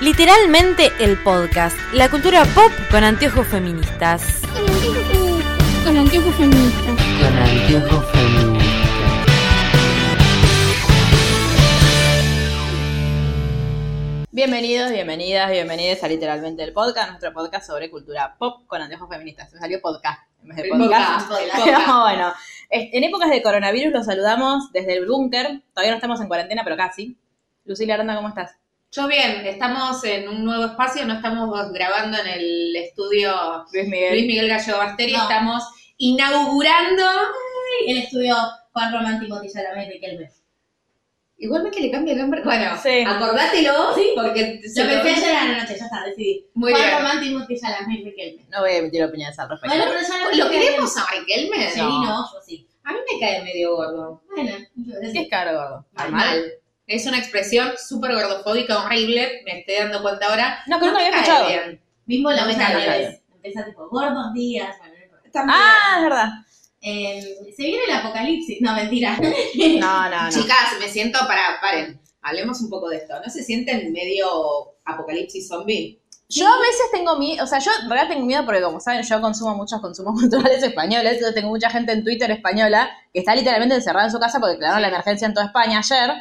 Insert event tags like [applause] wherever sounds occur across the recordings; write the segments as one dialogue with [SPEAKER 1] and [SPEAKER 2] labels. [SPEAKER 1] Literalmente el podcast, la cultura pop con anteojos feministas.
[SPEAKER 2] Con anteojos feministas. Con anteojos feministas.
[SPEAKER 3] Con anteojos feministas.
[SPEAKER 4] Bienvenidos, bienvenidas, bienvenidos a literalmente el podcast, nuestro podcast sobre cultura pop con anteojos feministas. Se salió podcast en vez de podcast. [laughs] Pero bueno, es- en épocas de coronavirus los saludamos desde el búnker. Todavía no estamos en cuarentena, pero casi. Lucila Aranda, ¿cómo estás?
[SPEAKER 5] Yo bien, estamos en un nuevo espacio, no estamos grabando en el estudio
[SPEAKER 4] Luis
[SPEAKER 5] Luis Miguel Gallo Basteri,
[SPEAKER 6] No.
[SPEAKER 5] estamos inaugurando.
[SPEAKER 6] el estudio Juan Romántico Tizaramé de Kelmer.
[SPEAKER 5] Igual que le cambia el nombre. Bueno,
[SPEAKER 4] Sí.
[SPEAKER 5] acordátelo, porque
[SPEAKER 6] Lo pensé ayer a la noche, ya está, decidí.
[SPEAKER 5] Muy
[SPEAKER 6] Juan
[SPEAKER 5] bien.
[SPEAKER 6] Romántico Tizaramé de Kelmer.
[SPEAKER 4] No voy a emitir opiniones al respecto.
[SPEAKER 6] Bueno, pero ya no
[SPEAKER 5] ¿Lo queremos a Mike Elmer?
[SPEAKER 6] Sí,
[SPEAKER 4] No.
[SPEAKER 6] no, yo sí.
[SPEAKER 5] A mí me cae medio gordo.
[SPEAKER 6] Bueno, yo
[SPEAKER 4] ¿Qué es
[SPEAKER 6] sí.
[SPEAKER 4] caro, gordo?
[SPEAKER 5] Normal. Es una expresión súper gordofóbica, horrible, me estoy dando cuenta ahora.
[SPEAKER 6] Ah,
[SPEAKER 4] No, pero no
[SPEAKER 5] me
[SPEAKER 4] había
[SPEAKER 5] cae
[SPEAKER 4] escuchado.
[SPEAKER 5] bien.
[SPEAKER 6] Mismo la
[SPEAKER 5] No me
[SPEAKER 6] mesa
[SPEAKER 5] cae, no
[SPEAKER 6] de
[SPEAKER 5] me
[SPEAKER 6] revés. Empieza tipo gordos días. bueno, no importa.
[SPEAKER 4] Ah, es verdad.
[SPEAKER 6] Eh, se viene el apocalipsis.
[SPEAKER 4] [laughs]
[SPEAKER 6] No, mentira.
[SPEAKER 4] No, no, Ah, no.
[SPEAKER 5] Chicas, me siento para, paren, hablemos un poco de esto. ¿No se sienten medio apocalipsis zombie?
[SPEAKER 4] Yo a veces tengo miedo, o sea, yo en realidad tengo miedo porque, como saben, yo consumo muchos consumos [laughs] culturales españoles, entonces tengo mucha gente en Twitter española que está literalmente encerrada en su casa porque declararon la emergencia en toda España ayer.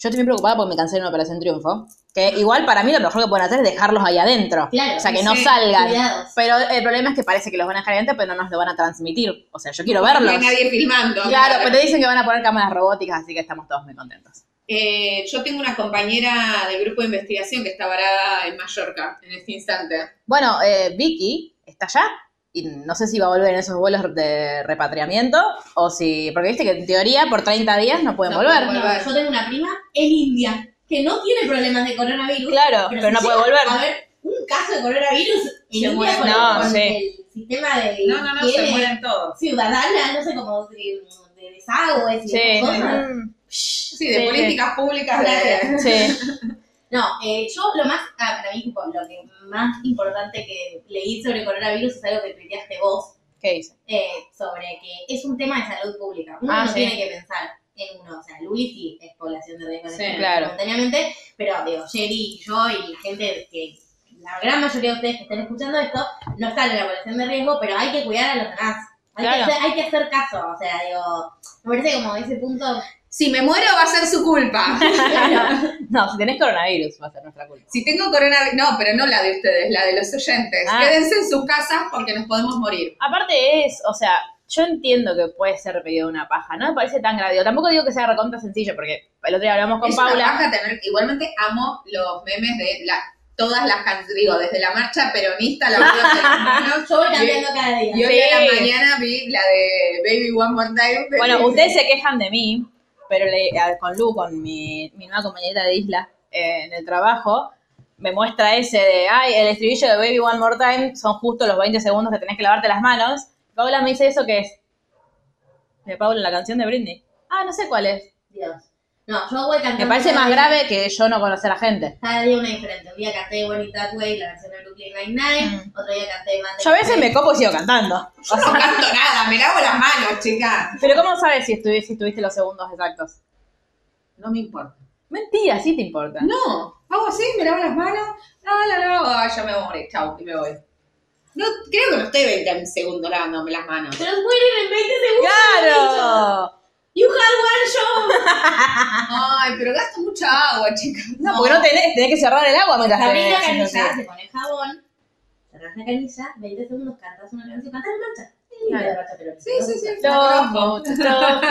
[SPEAKER 4] Yo estoy bien preocupada porque me cansé de una Operación Triunfo, que igual para mí lo mejor que pueden hacer es dejarlos ahí adentro,
[SPEAKER 6] Claro,
[SPEAKER 4] o sea, que no
[SPEAKER 5] sí,
[SPEAKER 4] salgan.
[SPEAKER 6] Cuidados.
[SPEAKER 4] Pero el problema es que parece que los van a dejar adentro, pero no nos lo van a transmitir, o sea, yo quiero verlos.
[SPEAKER 5] No hay nadie filmando.
[SPEAKER 4] Claro, pero te dicen que van a poner cámaras robóticas, así que estamos todos muy contentos.
[SPEAKER 5] Eh, yo tengo una compañera del grupo de investigación que está varada en Mallorca en este instante.
[SPEAKER 4] Bueno, eh, Vicky está allá y no sé si va a volver en esos vuelos de repatriamiento o si, porque viste que en teoría por 30 días no pueden
[SPEAKER 5] No
[SPEAKER 4] volver.
[SPEAKER 5] pueden
[SPEAKER 6] No, yo tengo una prima en India que no tiene problemas de coronavirus.
[SPEAKER 4] Claro, pero, no
[SPEAKER 6] si
[SPEAKER 4] puede
[SPEAKER 6] llega
[SPEAKER 4] volver.
[SPEAKER 6] A ver, un caso de coronavirus en
[SPEAKER 5] Se
[SPEAKER 6] India
[SPEAKER 5] muere.
[SPEAKER 6] con,
[SPEAKER 4] No,
[SPEAKER 6] con
[SPEAKER 4] sí.
[SPEAKER 6] el sistema de
[SPEAKER 5] No, no, no, se
[SPEAKER 6] higiene
[SPEAKER 5] mueren todos.
[SPEAKER 6] ciudadana, no sé, como de, de desagües y
[SPEAKER 4] Sí,
[SPEAKER 6] esas cosas.
[SPEAKER 4] Mm,
[SPEAKER 5] Sí, de
[SPEAKER 4] Sí,
[SPEAKER 5] políticas públicas. de-
[SPEAKER 4] sí.
[SPEAKER 6] No, eh, yo lo más, ah, para mí, tipo, lo que más importante que leí sobre coronavirus es algo que tuiteaste vos,
[SPEAKER 4] ¿Qué dice?
[SPEAKER 6] eh, sobre que es un tema de salud pública. Uno
[SPEAKER 4] Ah,
[SPEAKER 6] no
[SPEAKER 4] sí.
[SPEAKER 6] tiene que pensar en uno, o sea, Luis sí es población de riesgo en
[SPEAKER 5] Sí,
[SPEAKER 6] este momento
[SPEAKER 4] claro.
[SPEAKER 6] momentáneamente, pero digo, Jerry y yo y la gente que, la gran mayoría de ustedes que estén escuchando esto, no están en la población de riesgo, pero hay que cuidar a los demás. Hay,
[SPEAKER 4] Claro.
[SPEAKER 6] que, hacer, hay que hacer caso, o sea, digo, me parece como ese punto...
[SPEAKER 5] Si me muero va a ser su
[SPEAKER 4] [laughs]
[SPEAKER 5] culpa.
[SPEAKER 4] [laughs] No, si tenés coronavirus va a ser nuestra culpa.
[SPEAKER 5] si tengo coronavirus, no, pero no la de ustedes, la de los oyentes.
[SPEAKER 4] Ah.
[SPEAKER 5] Quédense en sus casas porque nos podemos morir.
[SPEAKER 4] Aparte es, o sea, yo entiendo que puede ser pedido una paja, no me parece tan grave. Digo, Tampoco digo que sea recontra sencillo, porque el otro día hablamos con
[SPEAKER 5] Es una
[SPEAKER 4] Paula.
[SPEAKER 5] paja tener- igualmente amo los memes de la- todas las canciones, digo, desde la marcha
[SPEAKER 4] [laughs]
[SPEAKER 5] peronista, la unión de los monos,
[SPEAKER 6] Yo voy cambiando cada día.
[SPEAKER 5] Y hoy
[SPEAKER 4] Sí.
[SPEAKER 5] a la mañana vi la de Baby One More Time. de-
[SPEAKER 4] Bueno, ustedes se quejan de mí, pero le- a- con Lu, con mi, mi nueva compañerita de isla eh, en el trabajo, me muestra ese de, ay, el estribillo de Baby One More Time son justo los 20 segundos que tenés que lavarte las manos. Paula me dice eso que es de Paula, la canción de Britney. Ah, no sé cuál es.
[SPEAKER 6] Dios. No, yo voy cantando.
[SPEAKER 4] Me parece
[SPEAKER 6] cada
[SPEAKER 4] más
[SPEAKER 6] día-
[SPEAKER 4] grave que yo no conocer a gente.
[SPEAKER 6] Cada día una diferente. Un día canté Bonnie That Way, la versión de Brooklyn Nine-Nine. Otro día canté Monday
[SPEAKER 4] Yo a veces
[SPEAKER 6] Night
[SPEAKER 4] me copo y sigo cantando.
[SPEAKER 5] Yo no canto nada, me lavo las manos, chica.
[SPEAKER 4] Pero ¿cómo sabes si estuviste, si estuviste los segundos exactos?
[SPEAKER 5] No me importa.
[SPEAKER 4] Mentira, sí te importa.
[SPEAKER 5] No, hago así, me lavo las manos. No, no, no, ah, ya me voy a morir, chau, y me voy. No, creo que no estoy 20 segundos lavándome las manos.
[SPEAKER 6] Pero mueren en 20 segundos. bichos.
[SPEAKER 4] ¡Claro!
[SPEAKER 6] You had one show.
[SPEAKER 5] Ay, pero gasto mucha agua, chica.
[SPEAKER 4] No, porque no tenés, tenés que cerrar el agua mientras
[SPEAKER 6] Abrís la
[SPEAKER 4] tenés,
[SPEAKER 6] canilla,
[SPEAKER 4] entonces.
[SPEAKER 6] te pones jabón. Cerrás la canilla, 20 segundos, cantas una canción, cantas la marcha. Y
[SPEAKER 4] Claro.
[SPEAKER 6] la marcha, pero
[SPEAKER 5] Sí, sí, sí.
[SPEAKER 4] Los
[SPEAKER 5] la conozco.
[SPEAKER 4] botones.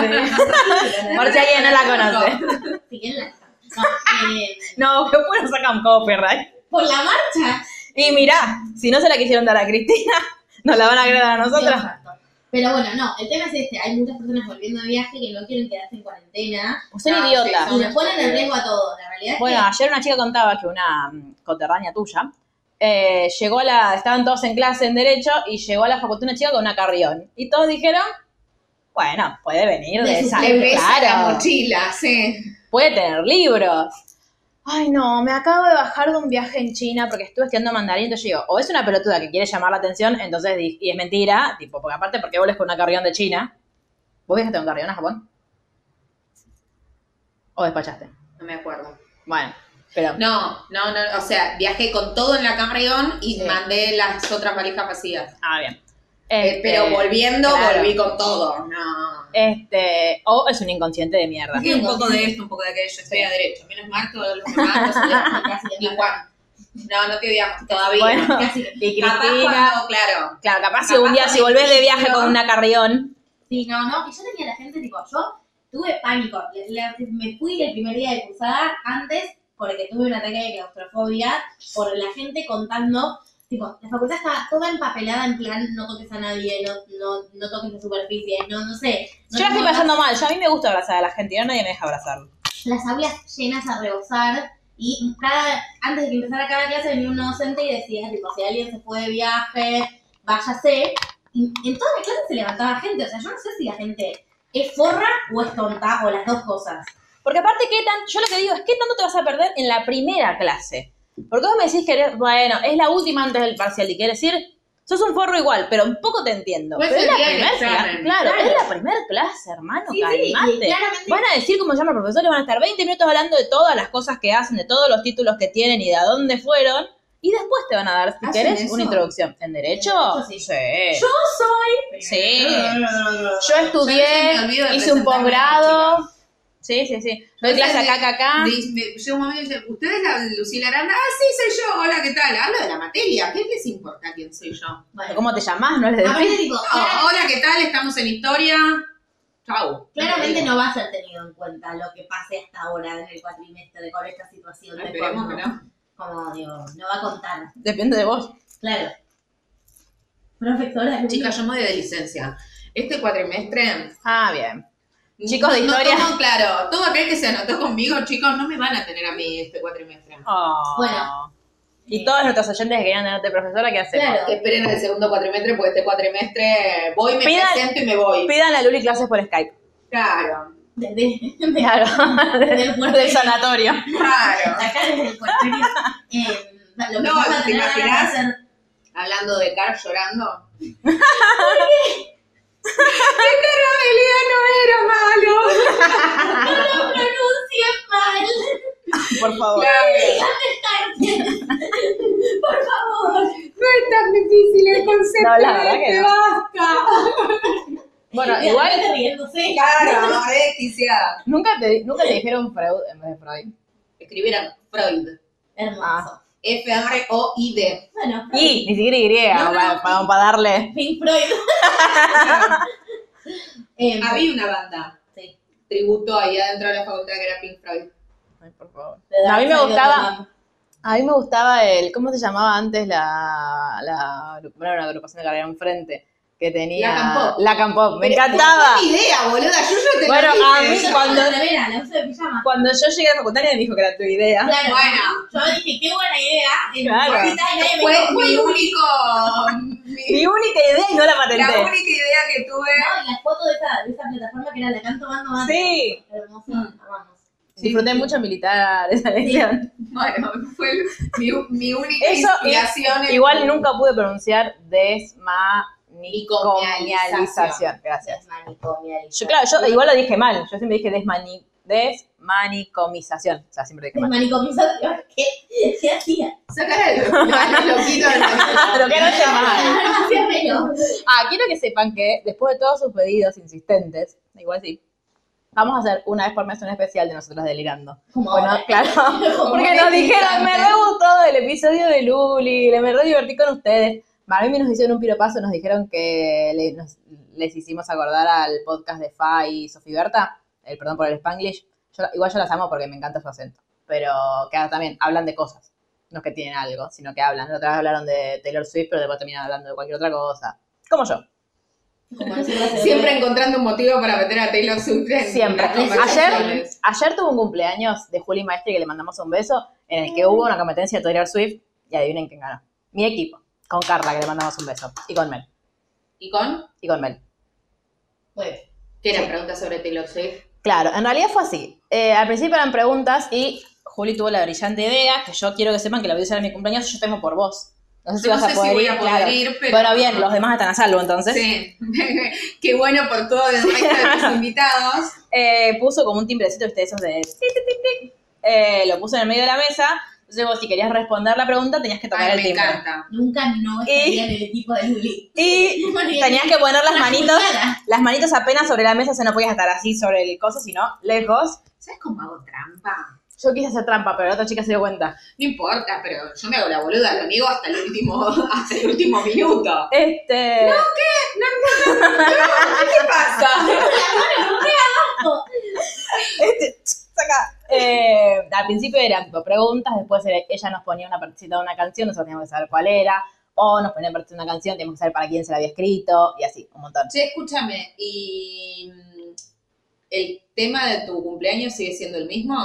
[SPEAKER 5] [laughs]
[SPEAKER 4] Por si
[SPEAKER 6] si
[SPEAKER 4] alguien no la conoce.
[SPEAKER 6] Si quieren la no, eh,
[SPEAKER 4] No, que puro sacan copyright.
[SPEAKER 6] Por la marcha.
[SPEAKER 4] Y mirá, si no se la quisieron dar a Cristina, [laughs] nos la van a querer dar a nosotros.
[SPEAKER 6] Exacto. Pero bueno, no, el tema es este, hay muchas personas volviendo de viaje que no quieren quedarse en cuarentena
[SPEAKER 4] Usted
[SPEAKER 5] No,
[SPEAKER 4] idiota.
[SPEAKER 5] sí,
[SPEAKER 6] y nos ponen en riesgo a todos, la realidad es
[SPEAKER 4] Bueno, ayer una chica contaba que una mm, coterránea tuya eh, llegó a la. Estaban todos en clase en Derecho y llegó a la facultad una chica con una carrión. Y todos dijeron. Bueno, puede venir de,
[SPEAKER 6] De su
[SPEAKER 4] esa.
[SPEAKER 5] Le pesa la
[SPEAKER 4] Claro.
[SPEAKER 5] mochila, sí.
[SPEAKER 4] puede tener libros. Ay, no, me acabo de bajar de un viaje en China porque estuve estudiando mandarín. Entonces yo digo, o es una pelotuda que quiere llamar la atención, entonces, di- y es mentira, tipo, porque aparte, porque volés con una carrión de China? ¿Vos viajaste con carrión a Japón? ¿O despachaste?
[SPEAKER 5] No me acuerdo.
[SPEAKER 4] Bueno, Pero
[SPEAKER 5] No, no, no, o sea, viajé con todo en la Camrión y
[SPEAKER 4] Sí.
[SPEAKER 5] mandé las otras valijas vacías.
[SPEAKER 4] Ah, bien.
[SPEAKER 5] Eh, pero
[SPEAKER 4] Este,
[SPEAKER 5] volviendo,
[SPEAKER 4] claro.
[SPEAKER 5] volví con todo. No.
[SPEAKER 4] Este, o es un inconsciente de mierda.
[SPEAKER 5] Sí, un poco de esto, un poco de aquello. Estoy a derecho. Menos mal todos los demás. [laughs] no sé,
[SPEAKER 6] Casi
[SPEAKER 5] Ni
[SPEAKER 6] de
[SPEAKER 5] Juan. No, no te odiamos todavía.
[SPEAKER 4] Bueno,
[SPEAKER 6] Casi.
[SPEAKER 4] y
[SPEAKER 5] Capaz
[SPEAKER 4] Cristina.
[SPEAKER 5] cuando- claro.
[SPEAKER 4] Claro, capaz si un
[SPEAKER 5] capaz
[SPEAKER 4] día
[SPEAKER 5] cuando
[SPEAKER 4] si volvés de
[SPEAKER 5] Cristina-
[SPEAKER 4] viaje con una carrión.
[SPEAKER 6] Sí, no, no, y yo tenía la gente, tipo, yo tuve pánico. Le- le- me fui el primer día de cruzada antes porque tuve un ataque de claustrofobia por la gente contando, tipo, la facultad estaba toda empapelada en plan, no toques a nadie, no, no, no toques la superficie, no, no sé. No
[SPEAKER 4] Yo la
[SPEAKER 6] te
[SPEAKER 4] estoy
[SPEAKER 6] muevas.
[SPEAKER 4] pasando mal. Yo a mí me gusta abrazar a la gente. Yo nadie me deja abrazarlo.
[SPEAKER 6] Las aulas llenas a rebosar y cada, antes de que empezara cada clase venía un docente y decía, tipo, si alguien se fue de viaje, váyase. Y en todas las clases se levantaba gente, o sea, yo no sé si la gente es forra o es tonta o las dos cosas.
[SPEAKER 4] Porque aparte, ¿qué tan, yo lo que digo es, ¿qué tanto te vas a perder en la primera clase? Porque vos me decís que, eres- bueno, es la última antes del parcial y quieres decir, sos un forro igual, pero un poco te entiendo.
[SPEAKER 5] Pues
[SPEAKER 4] pero
[SPEAKER 5] el
[SPEAKER 4] es la
[SPEAKER 5] día del
[SPEAKER 4] primera clase,
[SPEAKER 5] examen.
[SPEAKER 4] claro,
[SPEAKER 6] Claro.
[SPEAKER 4] es la primera clase, hermano,
[SPEAKER 6] Sí, sí, y
[SPEAKER 4] calmate.
[SPEAKER 6] claramente-
[SPEAKER 4] Van a decir cómo se llama el profesor y van a estar 20 minutos hablando de todas las cosas que hacen, de todos los títulos que tienen y de a dónde fueron. Y después te van a dar, si
[SPEAKER 5] ¿Hacen
[SPEAKER 4] querés,
[SPEAKER 5] eso?
[SPEAKER 4] una introducción. ¿En derecho?
[SPEAKER 6] derecho, sí.
[SPEAKER 4] Sí.
[SPEAKER 6] Yo soy.
[SPEAKER 5] Eh,
[SPEAKER 4] Sí. Yo estudié,
[SPEAKER 5] Yo a veces me olvido de
[SPEAKER 4] hice un
[SPEAKER 5] presentarme a las
[SPEAKER 4] posgrado. Sí, sí, sí. Doy
[SPEAKER 5] Entonces,
[SPEAKER 4] clase acá,
[SPEAKER 5] me-
[SPEAKER 4] acá, acá.
[SPEAKER 5] me- me- Llega un momento y dice, ¿usted es la Lucila Aranda? Ah, sí, soy yo. Hola, ¿qué tal? Hablo de la materia. ¿Qué les importa quién soy yo?
[SPEAKER 6] Bueno,
[SPEAKER 4] ¿Cómo te llamás? No les decís.
[SPEAKER 6] aparte, tipo,
[SPEAKER 5] No,
[SPEAKER 6] clara-
[SPEAKER 5] "Oh, hola, ¿qué tal? Estamos en historia. Chau.
[SPEAKER 6] claramente no va a ser tenido en cuenta lo que pase hasta ahora en el cuatrimestre con esta situación. de
[SPEAKER 5] Esperemos que
[SPEAKER 6] cómo-
[SPEAKER 5] no.
[SPEAKER 6] Como, digo, no va a contar.
[SPEAKER 4] Depende de vos.
[SPEAKER 6] Claro. Profesora.
[SPEAKER 5] Chicas, yo me voy de licencia. Este cuatrimestre
[SPEAKER 4] Ah, bien. Chicos de
[SPEAKER 5] No,
[SPEAKER 4] historia.
[SPEAKER 5] No, tomo, claro, todo aquel que se anotó conmigo, chicos, no me van a tener a mí este cuatrimestre.
[SPEAKER 4] Oh.
[SPEAKER 6] Bueno.
[SPEAKER 4] Y todos nuestros oyentes que querían tenerte profesora, ¿qué hacemos?
[SPEAKER 6] Claro.
[SPEAKER 5] Esperen el segundo cuatrimestre, porque este cuatrimestre voy, me
[SPEAKER 4] Pidan-
[SPEAKER 5] presento y me voy.
[SPEAKER 4] Pidan a Luli clases por Skype.
[SPEAKER 5] [laughs] Claro,
[SPEAKER 6] Desde,
[SPEAKER 4] Claro.
[SPEAKER 6] Del puerto.
[SPEAKER 4] Del
[SPEAKER 5] [laughs]
[SPEAKER 4] sanatorio.
[SPEAKER 5] claro.
[SPEAKER 6] acá desde el puerto. [laughs] Eh, lo que
[SPEAKER 5] No,
[SPEAKER 6] no, va a
[SPEAKER 5] ¿te
[SPEAKER 6] tener ganas de
[SPEAKER 5] imaginas?
[SPEAKER 6] hacer
[SPEAKER 5] Hablando de Car llorando. de Cara Delia no era malo.
[SPEAKER 6] No lo pronuncie mal.
[SPEAKER 4] Por favor.
[SPEAKER 6] Déjame estar. Por favor.
[SPEAKER 5] No es tan difícil el concepto.
[SPEAKER 4] No, la verdad que
[SPEAKER 5] este,
[SPEAKER 4] no.
[SPEAKER 5] basta.
[SPEAKER 4] Bueno,
[SPEAKER 6] Y
[SPEAKER 4] igual
[SPEAKER 6] Arnaldo riéndose.
[SPEAKER 5] Claro, no, es quisiera.
[SPEAKER 4] nunca te, nunca te dijeron Freud en vez de Freud.
[SPEAKER 5] Escribieron Freud.
[SPEAKER 6] Hermoso.
[SPEAKER 4] Ah.
[SPEAKER 5] F-R-O-I-D.
[SPEAKER 6] Bueno,
[SPEAKER 4] Y ni siquiera Y,
[SPEAKER 6] No, no,
[SPEAKER 4] para,
[SPEAKER 6] no.
[SPEAKER 4] para- para darle.
[SPEAKER 6] Pink Floyd. Em,
[SPEAKER 5] Había una banda.
[SPEAKER 6] Sí.
[SPEAKER 5] Tributo ahí adentro de la facultad que era Pink Floyd.
[SPEAKER 4] Ay, por favor.
[SPEAKER 6] de Dark
[SPEAKER 4] A mí me
[SPEAKER 6] Side of the
[SPEAKER 4] gustaba.
[SPEAKER 6] Moon.
[SPEAKER 4] A mí me gustaba el, ¿cómo se llamaba antes la, la bueno, una agrupación de carrera enfrente que tenía
[SPEAKER 5] La Campop.
[SPEAKER 4] La Campop, me
[SPEAKER 5] Pero,
[SPEAKER 4] encantaba.
[SPEAKER 5] No tengo ni idea, boluda. Yo ya te lo
[SPEAKER 4] Bueno, a
[SPEAKER 5] dije.
[SPEAKER 4] mí
[SPEAKER 6] Yo
[SPEAKER 4] cuando-
[SPEAKER 6] la remera, la uso de pijama.
[SPEAKER 4] Cuando yo llegué a la facultad nadie me dijo que era tu idea.
[SPEAKER 6] Claro.
[SPEAKER 5] Bueno.
[SPEAKER 6] Yo dije, qué buena idea. En mi
[SPEAKER 4] Claro.
[SPEAKER 6] cosita y nadie me
[SPEAKER 5] Fue,
[SPEAKER 6] dijo,
[SPEAKER 5] fue el
[SPEAKER 6] "Piu".
[SPEAKER 5] único.
[SPEAKER 4] [laughs]
[SPEAKER 5] mi-
[SPEAKER 4] Mi única idea y no la
[SPEAKER 5] la
[SPEAKER 4] patenté.
[SPEAKER 5] única idea que tuve.
[SPEAKER 6] No, y la foto de esa, de esa plataforma que era la canto tomando mate.
[SPEAKER 4] Sí.
[SPEAKER 6] Hermoso,
[SPEAKER 5] Mm.
[SPEAKER 6] amamos.
[SPEAKER 4] Disfruté mucho militar [laughs] esa elección.
[SPEAKER 5] Bueno, fue el- mi, mi única
[SPEAKER 4] Eso y-
[SPEAKER 5] inspiración. en-
[SPEAKER 4] Igual nunca pude pronunciar desmanicomialización. Gracias.
[SPEAKER 6] Manicomial.
[SPEAKER 4] Yo, claro, yo igual lo dije mal. Yo siempre dije desmani- desmanicomización. O sea, siempre dije mal.
[SPEAKER 6] Manicomización. ¿Qué? [laughs] ¿Qué hacía?
[SPEAKER 5] Sacar el el
[SPEAKER 4] [laughs]
[SPEAKER 5] loquito de la-
[SPEAKER 4] Pero que no sea mal.
[SPEAKER 6] Hacía menos.
[SPEAKER 4] Ah, quiero que sepan que después de todos sus pedidos insistentes, igual sí, vamos a hacer una vez por mes un especial de nosotras delirando.
[SPEAKER 6] Como
[SPEAKER 4] Bueno,
[SPEAKER 6] ahora.
[SPEAKER 4] claro. Porque nos dijeron, me re gustó el episodio de Luli, le me re divertí con ustedes. Marvin nos hicieron un piropazo, nos dijeron que le- nos- les hicimos acordar al podcast de Fa y Sofi Berta, el perdón por el Spanglish. Yo- igual yo las amo porque me encanta su acento. Pero que ahora también hablan de cosas. No es que tienen algo, sino que hablan. La otra vez hablaron de Taylor Swift, pero después terminan hablando de cualquier otra cosa. Como yo.
[SPEAKER 6] Como nosotras de-
[SPEAKER 5] Siempre encontrando un motivo para meter a Taylor Swift en
[SPEAKER 4] Siempre.
[SPEAKER 5] las conversaciones.
[SPEAKER 4] Ayer, ayer tuvo un cumpleaños de Juli Maestri que le mandamos un beso, en el que
[SPEAKER 5] Mm.
[SPEAKER 4] hubo una competencia de Taylor Swift y adivinen quién ganó. Mi equipo, con Carla que le mandamos un beso. Y con Mel.
[SPEAKER 5] ¿Y con?
[SPEAKER 4] Y con Mel.
[SPEAKER 6] Bueno,
[SPEAKER 5] ¿Qué eran preguntas sobre Taylor Swift?
[SPEAKER 4] Claro, en realidad fue así. Eh, al principio eran preguntas y Juli tuvo la brillante idea, que yo quiero que sepan que la voy a usar en mi cumpleaños, yo tengo por vos. No sé si
[SPEAKER 5] No
[SPEAKER 4] vas
[SPEAKER 5] sé
[SPEAKER 4] a
[SPEAKER 5] si
[SPEAKER 4] poder
[SPEAKER 5] voy
[SPEAKER 4] ir,
[SPEAKER 5] a poder
[SPEAKER 4] claro.
[SPEAKER 5] ir, pero-
[SPEAKER 4] Bueno, bien, los demás están a salvo entonces.
[SPEAKER 5] Sí. [laughs] Qué bueno por
[SPEAKER 4] [laughs]
[SPEAKER 5] todo el resto de tus invitados.
[SPEAKER 4] Eh, puso como un timbrecito, viste, esos de... tic, tic, tic, tic. eh, lo puso en el medio de la mesa. Entonces vos, si querías responder la pregunta, tenías que tocar
[SPEAKER 5] Ay,
[SPEAKER 4] el
[SPEAKER 5] me
[SPEAKER 4] timbre.
[SPEAKER 5] encanta.
[SPEAKER 6] Nunca no estaría en el equipo de Luli.
[SPEAKER 4] Y tenías que poner las manitos, las manitos apenas sobre la mesa, o sea, no podías estar así sobre el coso, sino lejos.
[SPEAKER 5] ¿Sabes cómo hago trampa?
[SPEAKER 4] Yo quise hacer trampa, pero la otra chica se dio cuenta.
[SPEAKER 5] No importa, pero yo me hago la boluda, lo niego hasta el último, [laughs] hasta el
[SPEAKER 4] [laughs]
[SPEAKER 5] último minuto.
[SPEAKER 4] Este.
[SPEAKER 5] ¿Qué pasa?
[SPEAKER 4] este, saca. Eh, al principio eran tipo preguntas, después era- ella nos ponía una partecita de una canción, nosotros teníamos que saber cuál era, o nos ponía partecita de una canción, teníamos que saber para quién se la había escrito, y así, un montón.
[SPEAKER 5] Che, escúchame, ¿y mm, el tema de tu cumpleaños sigue siendo el mismo?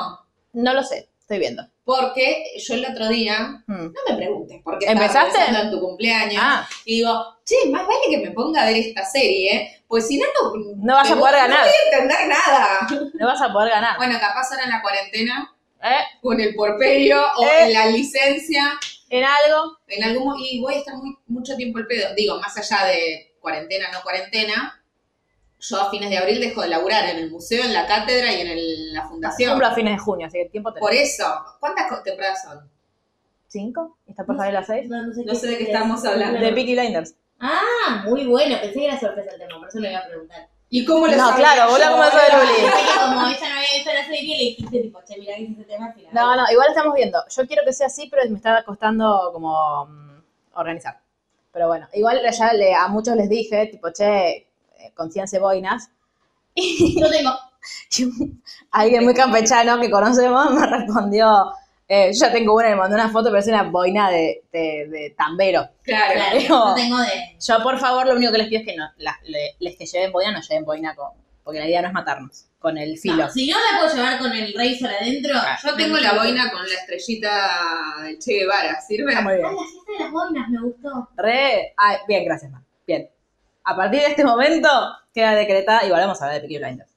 [SPEAKER 4] No lo sé, estoy viendo.
[SPEAKER 5] Porque yo el otro día,
[SPEAKER 4] Hmm.
[SPEAKER 5] no me preguntes, porque
[SPEAKER 4] ¿Empezaste?
[SPEAKER 5] estaba pensando en tu cumpleaños.
[SPEAKER 4] Ah,
[SPEAKER 5] Y digo, che, más vale que me ponga a ver esta serie, pues si no, no,
[SPEAKER 4] No vas a
[SPEAKER 5] no
[SPEAKER 4] poder
[SPEAKER 5] voy-
[SPEAKER 4] ganar.
[SPEAKER 5] No voy a entender nada.
[SPEAKER 4] no vas a poder ganar.
[SPEAKER 5] Bueno, capaz ahora en la cuarentena,
[SPEAKER 4] ¿Eh?
[SPEAKER 5] con el porperio o
[SPEAKER 4] Eh.
[SPEAKER 5] en la licencia,
[SPEAKER 4] ¿En algo?
[SPEAKER 5] en algún mo- y voy a estar muy, mucho tiempo el pedo. Digo, más allá de cuarentena, no cuarentena, yo a fines de abril dejo de laburar en el museo, en la cátedra y en el- la fundación.
[SPEAKER 4] Cumplo a fines de junio, así que tiempo tenés.
[SPEAKER 5] Por eso, ¿cuántas co- temporadas son?
[SPEAKER 4] ¿Cinco? ¿Está por salir las seis?
[SPEAKER 6] No, no sé,
[SPEAKER 5] No sé de qué estamos hablando.
[SPEAKER 4] De Peaky Blinders.
[SPEAKER 6] Ah, muy bueno. Pensé que era sorpresa el tema, por eso lo iba a preguntar.
[SPEAKER 5] ¿Y cómo lo
[SPEAKER 4] No,
[SPEAKER 5] sabía
[SPEAKER 4] claro, vos
[SPEAKER 5] yo?
[SPEAKER 4] la cómo sabés, Luli.
[SPEAKER 6] Porque como ella no había visto la serie, le dijiste tipo, che, mirá que es ese tema al final.
[SPEAKER 4] No, no, igual estamos viendo. Yo quiero que sea así, pero me está costando como mm, organizar. Pero bueno, igual ya le- a muchos les dije, tipo, che, eh, con 100 boinas. [laughs]
[SPEAKER 6] Yo tengo.
[SPEAKER 4] Y un- alguien muy campechano que conocemos [laughs] me respondió, eh, yo ya tengo una, le mandé una foto, pero es una boina de, de- de tambero.
[SPEAKER 5] Claro.
[SPEAKER 6] Claro, yo tengo de.
[SPEAKER 4] Yo, por favor, lo único que les pido es que no, las- le- les que lleven boina, no lleven boina con, porque la idea no es matarnos, con el filo.
[SPEAKER 6] No, si yo la puedo llevar con el Razor adentro,
[SPEAKER 5] Yo tengo la boina con la estrellita del Che Guevara, ¿sirve?
[SPEAKER 4] Ah, muy
[SPEAKER 6] Ah,
[SPEAKER 4] bien.
[SPEAKER 6] la fiesta de las boinas me gustó.
[SPEAKER 4] Re. ah, bien, gracias, Ma. Bien. A partir de este momento queda decretada y volvemos a hablar de Peaky Blinders.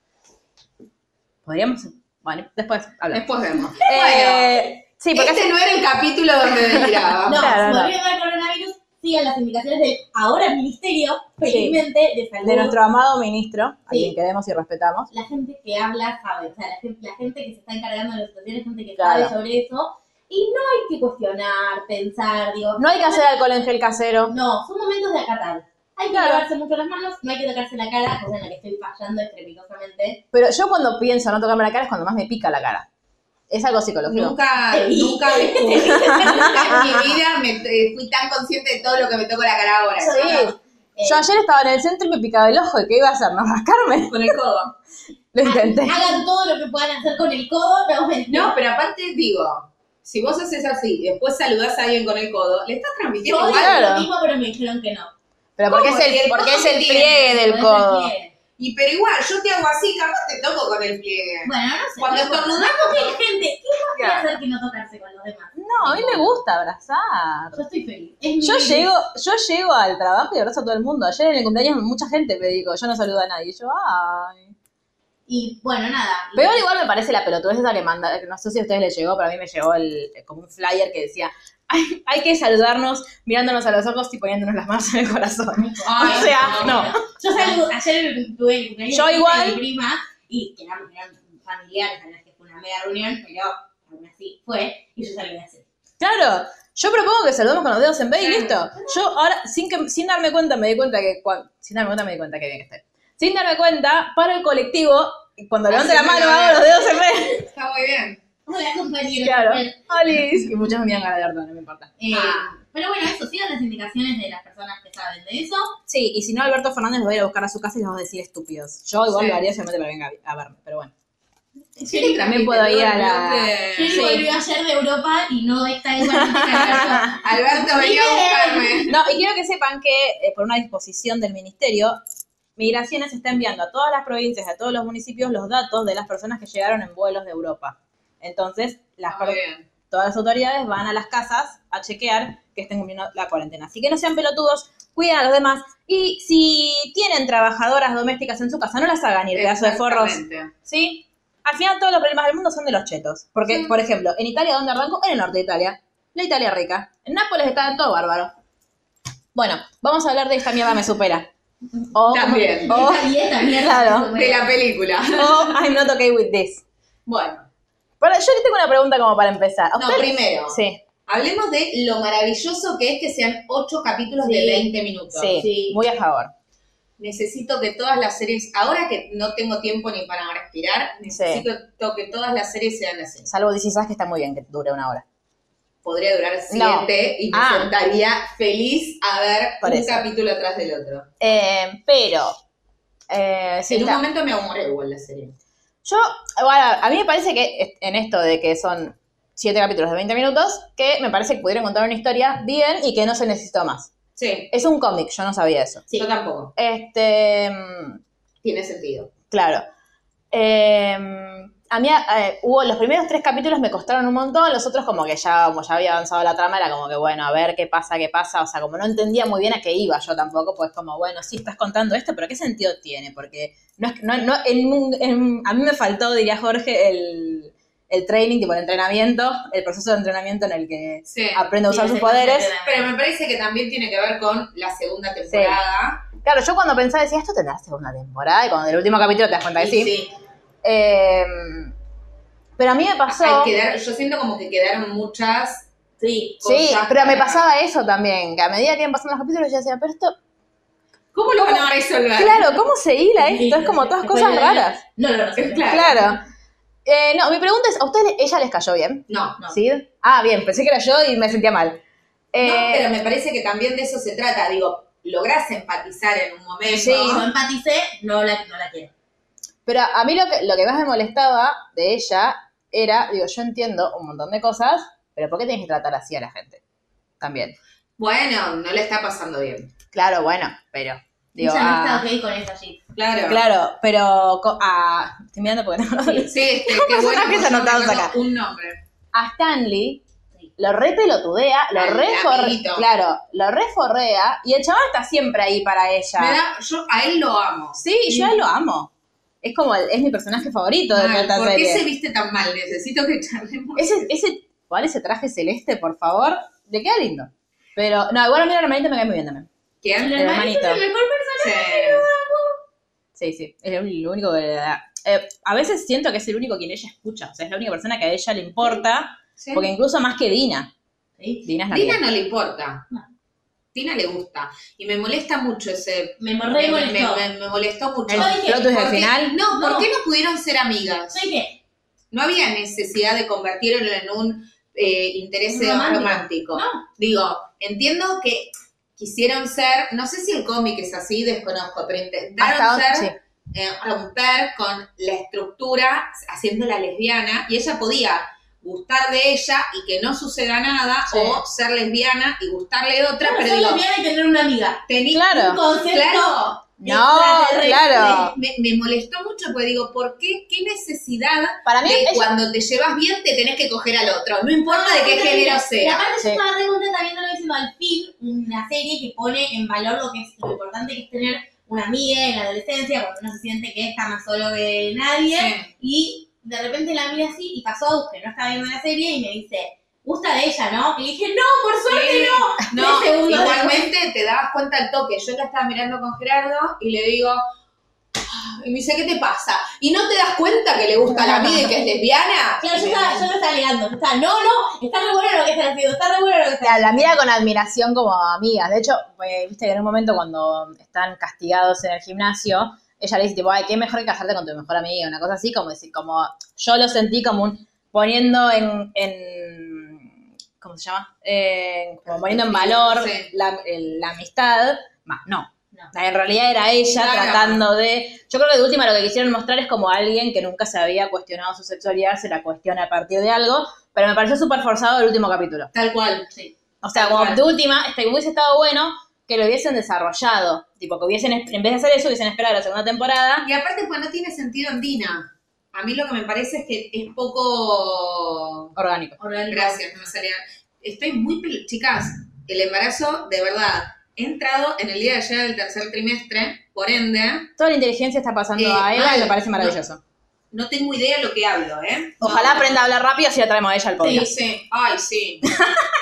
[SPEAKER 4] Podríamos. Bueno, después hablamos.
[SPEAKER 5] Después vemos.
[SPEAKER 4] Eh, sí, porque
[SPEAKER 5] este
[SPEAKER 4] hace-
[SPEAKER 5] no era el capítulo donde deliraba.
[SPEAKER 6] No,
[SPEAKER 4] Ah, Claro,
[SPEAKER 6] si
[SPEAKER 4] no.
[SPEAKER 6] volvió a haber coronavirus, sigan las indicaciones del ahora Ministerio, felizmente, de salud.
[SPEAKER 4] de nuestro amado ministro, a
[SPEAKER 6] Sí.
[SPEAKER 4] quien queremos y respetamos.
[SPEAKER 6] La gente que habla sabe, o sea, la gente, la gente que se está encargando de la situación es gente que
[SPEAKER 4] Claro.
[SPEAKER 6] sabe sobre eso. Y no hay que cuestionar, pensar, digo.
[SPEAKER 4] No hay que hacer alcohol en gel casero.
[SPEAKER 6] No, son momentos de acatar. Hay que
[SPEAKER 4] Claro.
[SPEAKER 6] lavarse mucho las manos, no hay que tocarse la cara, cosa en la que estoy
[SPEAKER 4] [laughs]
[SPEAKER 6] fallando estrepitosamente. [laughs]
[SPEAKER 4] Pero yo cuando pienso no tocarme la cara es cuando más me pica la cara. Es algo psicológico. [laughs]
[SPEAKER 5] Nunca, nunca descubrí, nunca en mi vida me, eh, fui tan consciente de todo lo que me toco la cara ahora.
[SPEAKER 4] Sí.
[SPEAKER 6] Eh,
[SPEAKER 4] Yo ayer estaba en el centro y me picaba el ojo. ¿Y qué iba a hacer? ¿No rascarme?
[SPEAKER 5] Con el codo.
[SPEAKER 4] [laughs]
[SPEAKER 5] Ah,
[SPEAKER 4] Lo
[SPEAKER 6] ha-
[SPEAKER 4] intenté.
[SPEAKER 6] Hagan todo lo que puedan hacer con el codo, no,
[SPEAKER 5] No, pero aparte digo, si vos haces así y después saludás a alguien con el codo, le estás
[SPEAKER 6] Yo
[SPEAKER 5] transmitiendo
[SPEAKER 6] hice
[SPEAKER 5] igual.
[SPEAKER 4] claro.
[SPEAKER 6] lo mismo, pero me dijeron que no.
[SPEAKER 4] Pero porque es
[SPEAKER 5] ¿Cómo? ¿Y
[SPEAKER 4] el,
[SPEAKER 5] el
[SPEAKER 4] porque
[SPEAKER 5] codo
[SPEAKER 4] es el
[SPEAKER 5] qué
[SPEAKER 4] pliegue Eh, del
[SPEAKER 6] Por eso
[SPEAKER 4] codo.
[SPEAKER 6] que-
[SPEAKER 5] Y pero igual, yo te hago así, capaz te toco con el pliegue.
[SPEAKER 6] Bueno, no sé.
[SPEAKER 5] Cuando
[SPEAKER 6] no importa.
[SPEAKER 5] estornudamos,
[SPEAKER 6] Hay gente, ¿qué más puede hacer que no tocarse con los demás?
[SPEAKER 4] No, a mí me gusta abrazar.
[SPEAKER 6] Yo estoy feliz. Es mi
[SPEAKER 4] Yo
[SPEAKER 6] feliz.
[SPEAKER 4] llego, yo llego al trabajo y abrazo a todo el mundo. Ayer en el cumpleaños mucha gente me dijo, yo no saludo a nadie. Y yo, ay.
[SPEAKER 6] Y bueno, nada. Y-
[SPEAKER 4] Peor igual me parece la pelotudez esa que manda, que no sé si a ustedes les llegó, pero a mí me llegó el, como un flyer que decía, hay, hay que saludarnos mirándonos a los ojos y poniéndonos las manos en el corazón.
[SPEAKER 5] Ay,
[SPEAKER 4] [laughs] o sea, no.
[SPEAKER 6] Yo saludo, ayer tuve el cumpleaños
[SPEAKER 4] Yo
[SPEAKER 6] de
[SPEAKER 4] igual.
[SPEAKER 6] mi prima y quedamos, eran familiares, a las que fue una mega reunión, pero aún así fue, y yo salí así.
[SPEAKER 4] Claro, yo propongo que saludemos con los dedos en vez y listo. Yo ahora, sin, que, sin darme cuenta, me di cuenta que. cua- sin darme cuenta, me di cuenta que bien que estoy. Sin darme cuenta, paro el colectivo y cuando levanto la
[SPEAKER 5] Haciendo
[SPEAKER 4] mano
[SPEAKER 5] la
[SPEAKER 4] hago los dedos en vez.
[SPEAKER 5] Está muy bien.
[SPEAKER 6] Hola, compañeros.
[SPEAKER 4] Claro.
[SPEAKER 6] Bueno,
[SPEAKER 4] Olis. Y muchos me miran ganar de orto, no me importa.
[SPEAKER 6] eh,
[SPEAKER 5] Ah.
[SPEAKER 6] Pero bueno, eso, sigan las indicaciones de las personas que saben de eso.
[SPEAKER 4] Sí, y si no, Alberto Fernández los voy a ir a buscar a su casa y los voy a decir estúpidos. Yo igual
[SPEAKER 5] Sí.
[SPEAKER 4] lo haría solamente para que venga a verme, pero bueno.
[SPEAKER 5] Sí,
[SPEAKER 4] también puedo ir a la-
[SPEAKER 6] Yo
[SPEAKER 4] Sí.
[SPEAKER 6] volví ayer de Europa y no está igual que Alberto.
[SPEAKER 5] [laughs] Alberto venía a buscarme.
[SPEAKER 4] No, y quiero que sepan que eh, por una disposición del ministerio, Migraciones está enviando a todas las provincias, a todos los municipios, los datos de las personas que llegaron en vuelos de Europa. Entonces, las
[SPEAKER 5] Está
[SPEAKER 4] per-
[SPEAKER 5] muy Ah, bien.
[SPEAKER 4] todas las autoridades van a las casas a chequear que estén cumpliendo la cuarentena. Así que no sean pelotudos, cuiden a los demás. Y si tienen trabajadoras domésticas en su casa, no las hagan ir, pedazo de forros.
[SPEAKER 5] Exactamente.
[SPEAKER 4] ¿Sí? Al final todos los problemas del mundo son de los chetos. Porque, por ejemplo, en Italia, ¿dónde arrancó? En el norte de Italia. La Italia rica. En Nápoles está todo bárbaro. Bueno, vamos a hablar de esta mierda me supera. O,
[SPEAKER 5] También.
[SPEAKER 4] O,
[SPEAKER 6] Esta dieta, mierda.
[SPEAKER 4] [laughs] Claro.
[SPEAKER 6] bueno.
[SPEAKER 5] De la película.
[SPEAKER 4] o I'm not okay with this.
[SPEAKER 5] Bueno.
[SPEAKER 4] Para, yo le tengo una pregunta como para empezar. ¿A
[SPEAKER 5] No,
[SPEAKER 4] ustedes-
[SPEAKER 5] primero.
[SPEAKER 4] Sí,
[SPEAKER 5] Hablemos de lo maravilloso que es que sean ocho capítulos de
[SPEAKER 6] Sí.
[SPEAKER 5] 20 minutos.
[SPEAKER 4] sí,
[SPEAKER 6] Sí.
[SPEAKER 4] muy a favor.
[SPEAKER 5] Necesito que todas las series, ahora que no tengo tiempo ni para respirar, necesito que todas las series sean así.
[SPEAKER 4] Salvo DC que está muy bien que dure una hora.
[SPEAKER 5] Podría durar
[SPEAKER 4] No.
[SPEAKER 5] siete y me
[SPEAKER 4] Ah.
[SPEAKER 5] sentaría feliz a ver
[SPEAKER 4] Por
[SPEAKER 5] un
[SPEAKER 4] eso.
[SPEAKER 5] capítulo atrás del otro.
[SPEAKER 4] Eh, pero, eh, sí,
[SPEAKER 5] en un
[SPEAKER 4] está-
[SPEAKER 5] momento me aburre igual la serie.
[SPEAKER 4] Yo, bueno, a mí me parece que est- en esto de que son siete capítulos de 20 minutos, que me parece que pudieron contar una historia bien y que no se necesitó más.
[SPEAKER 5] Sí,
[SPEAKER 4] Es un cómic, yo no sabía eso.
[SPEAKER 5] yo tampoco.
[SPEAKER 4] Este, mm,
[SPEAKER 5] Tiene sentido.
[SPEAKER 4] claro. Eh, a mí eh, hubo, los primeros tres capítulos me costaron un montón, los otros como que ya, como ya había avanzado la trama, era como que bueno, a ver qué pasa, qué pasa, o sea, como no entendía muy bien a qué iba yo tampoco, pues como bueno, sí estás contando esto, pero ¿qué sentido tiene? Porque no es que- no, no, en un- en- a mí me faltó, diría Jorge, el, el training, tipo el entrenamiento, el proceso de entrenamiento en el que
[SPEAKER 5] Sí.
[SPEAKER 4] aprende a usar
[SPEAKER 6] Sí,
[SPEAKER 4] sus
[SPEAKER 6] no se
[SPEAKER 4] poderes.
[SPEAKER 6] concentra.
[SPEAKER 5] Pero me parece que también tiene que ver con la segunda temporada.
[SPEAKER 4] Claro, yo cuando pensaba decía, esto tendrá segunda temporada, y cuando el último capítulo te das cuenta que
[SPEAKER 5] Y
[SPEAKER 4] sí. Eh, pero a mí me pasó.
[SPEAKER 5] Hay que dar- yo siento como que quedaron muchas
[SPEAKER 4] Sí,
[SPEAKER 6] Sí.
[SPEAKER 5] cosas
[SPEAKER 4] pero me
[SPEAKER 5] para-
[SPEAKER 4] pasaba eso también, que a medida que iban pasando los capítulos yo decía, pero esto,
[SPEAKER 5] ¿Cómo lo van a resolver?
[SPEAKER 4] claro, ¿cómo se hila esto? Es como todas
[SPEAKER 6] Después
[SPEAKER 4] cosas
[SPEAKER 6] de la-
[SPEAKER 4] raras.
[SPEAKER 6] No, no, no. sí,
[SPEAKER 5] Claro.
[SPEAKER 4] Claro. Eh, no, mi pregunta es, ¿a ustedes ella les cayó bien?
[SPEAKER 5] No, no.
[SPEAKER 4] ¿Sí? Ah, bien, pensé que era yo y me sentía mal. Eh,
[SPEAKER 5] No, pero me parece que también de eso se trata. Digo, lográs empatizar en un momento.
[SPEAKER 4] Sí.
[SPEAKER 6] Yo empaticé, no la, no la quiero.
[SPEAKER 4] Pero a mí lo que, lo que más me molestaba de ella era, digo, yo entiendo un montón de cosas, pero ¿por qué tenés que tratar así a la gente? También.
[SPEAKER 5] Bueno, no le está pasando bien.
[SPEAKER 4] Claro, bueno, pero... Digo,
[SPEAKER 6] Ella
[SPEAKER 4] ah,
[SPEAKER 6] no está ok con esa shit.
[SPEAKER 5] Claro.
[SPEAKER 4] Claro, pero co- a, estoy mirando porque no
[SPEAKER 5] [laughs] Sí, [laughs] este, qué bueno.
[SPEAKER 4] personajes
[SPEAKER 5] yo me
[SPEAKER 4] anotados
[SPEAKER 5] acuerdo
[SPEAKER 4] acá.
[SPEAKER 5] Un nombre.
[SPEAKER 4] a Stanley lo re pelotudea, lo
[SPEAKER 5] Al
[SPEAKER 4] re for-
[SPEAKER 5] amiguito.
[SPEAKER 4] claro, lo reforrea y el chaval está siempre ahí para ella.
[SPEAKER 5] Me da, yo a él lo amo.
[SPEAKER 4] Sí, yo a él lo amo. Es como el- es mi personaje favorito de
[SPEAKER 5] Mal,
[SPEAKER 4] esta
[SPEAKER 5] ¿Por qué
[SPEAKER 4] serie.
[SPEAKER 5] se viste tan mal? Necesito que charlemos.
[SPEAKER 4] Ese, ese, ¿cuál ese traje celeste, por favor? Le queda lindo. Pero, no, igual a mí el hermanito me cae muy bien también.
[SPEAKER 5] ¿Quién?
[SPEAKER 4] El hermanito.
[SPEAKER 6] Es el mejor
[SPEAKER 5] Sí.
[SPEAKER 4] Sí, sí, es el único que le da. Eh, a veces siento que es el único quien ella escucha. O sea, es la única persona que a ella le importa.
[SPEAKER 5] Sí.
[SPEAKER 4] Porque incluso más que Dina.
[SPEAKER 6] personaje.
[SPEAKER 4] Dina es la
[SPEAKER 5] Tina
[SPEAKER 4] mía.
[SPEAKER 5] no le importa.
[SPEAKER 6] No.
[SPEAKER 5] Tina le gusta. Y me molesta mucho ese.
[SPEAKER 6] Me morré y
[SPEAKER 5] me, me-
[SPEAKER 6] molestó.
[SPEAKER 5] me- me molestó mucho.
[SPEAKER 4] El
[SPEAKER 6] Yo dije,
[SPEAKER 4] plot twist del
[SPEAKER 5] Porque-
[SPEAKER 4] final.
[SPEAKER 5] No, ¿por
[SPEAKER 6] No.
[SPEAKER 5] qué no pudieron ser amigas?
[SPEAKER 6] Yo dije,
[SPEAKER 5] No había necesidad de convertirlo en un eh, interés
[SPEAKER 6] Un romántico.
[SPEAKER 5] romántico.
[SPEAKER 6] no.
[SPEAKER 5] Digo, entiendo que quisieron ser, no sé si el cómic es así, desconozco, pero intentaron
[SPEAKER 4] Hasta-
[SPEAKER 5] ser,
[SPEAKER 4] sí.
[SPEAKER 5] eh, romper con la estructura haciéndola lesbiana y ella podía gustar de ella y que no suceda nada
[SPEAKER 4] Sí.
[SPEAKER 5] o ser lesbiana y gustarle de otra,
[SPEAKER 6] Claro,
[SPEAKER 5] pero
[SPEAKER 6] soy
[SPEAKER 5] digo,
[SPEAKER 6] lesbiana y tener una amiga.
[SPEAKER 5] tení-
[SPEAKER 4] Claro.
[SPEAKER 6] Un concepto.
[SPEAKER 5] Claro.
[SPEAKER 4] No,
[SPEAKER 6] extraterrestre.
[SPEAKER 4] claro.
[SPEAKER 5] Me, me molestó mucho porque digo, ¿por qué? ¿Qué necesidad
[SPEAKER 4] Para mí,
[SPEAKER 5] de
[SPEAKER 4] ella-
[SPEAKER 5] ¿eh? cuando te llevas bien te tenés que coger al otro? No importa de qué género
[SPEAKER 6] Y
[SPEAKER 5] sea.
[SPEAKER 6] aparte
[SPEAKER 4] Sí.
[SPEAKER 6] yo estaba re contenta viéndolo diciendo al fin una serie que pone en valor lo que es lo importante que es tener una amiga en la adolescencia, cuando uno se siente que está más solo que nadie. Y de repente la mira así y pasó que no estaba viendo la serie y me dice, gusta de ella, ¿no? Y dije, no, por suerte
[SPEAKER 5] Sí.
[SPEAKER 6] no.
[SPEAKER 5] No,
[SPEAKER 6] Tres segundos
[SPEAKER 5] igualmente te dabas cuenta al toque. Yo la estaba mirando con Gerardo y le digo, "Ah", y me dice, ¿qué te pasa? ¿Y no te das cuenta que le gusta la vida y que es lesbiana?
[SPEAKER 6] Claro, yo, estaba, yo lo estaba negando, yo estaba, no, no, está re bueno lo que está haciendo, está re bueno lo que está
[SPEAKER 4] La, la mira con admiración como amigas. De hecho, eh, viste que en un momento cuando están castigados en el gimnasio, ella le dice, tipo, ay, qué mejor que casarte con tu mejor amiga, una cosa así, como decir, como yo lo sentí como un, poniendo en, en- ¿cómo se llama? En- como poniendo en valor
[SPEAKER 5] Sí.
[SPEAKER 4] la, el- la amistad. Bah, no.
[SPEAKER 6] No.
[SPEAKER 4] En realidad era ella
[SPEAKER 5] Claro.
[SPEAKER 4] tratando de. Yo creo que de última lo que quisieron mostrar es como alguien que nunca se había cuestionado su sexualidad, se la cuestiona a partir de algo, pero me pareció súper forzado el último capítulo.
[SPEAKER 5] Tal cual. Sí.
[SPEAKER 4] O sea,
[SPEAKER 5] Tal
[SPEAKER 4] como
[SPEAKER 5] cual.
[SPEAKER 4] de última, este, hubiese estado bueno que lo hubiesen desarrollado. Tipo, que hubiesen, en vez de hacer eso, hubiesen esperado la segunda temporada.
[SPEAKER 5] Y aparte, pues no tiene sentido en Dina. A mí lo que me parece es que es poco...
[SPEAKER 4] Orgánico.
[SPEAKER 6] haciendo.
[SPEAKER 5] Gracias, no me salía. Estoy muy... pel- Chicas, el embarazo, de verdad, he entrado en el día de ayer del tercer trimestre, por ende,
[SPEAKER 4] Toda la inteligencia está pasando
[SPEAKER 5] Eh,
[SPEAKER 4] a Eva
[SPEAKER 5] mal.
[SPEAKER 4] y me parece maravilloso.
[SPEAKER 5] no tengo idea de lo que hablo, ¿eh?
[SPEAKER 4] Ojalá
[SPEAKER 5] No.
[SPEAKER 4] aprenda a hablar rápido si la traemos a ella al
[SPEAKER 5] Sí,
[SPEAKER 4] podcast.
[SPEAKER 5] sí. Ay, sí.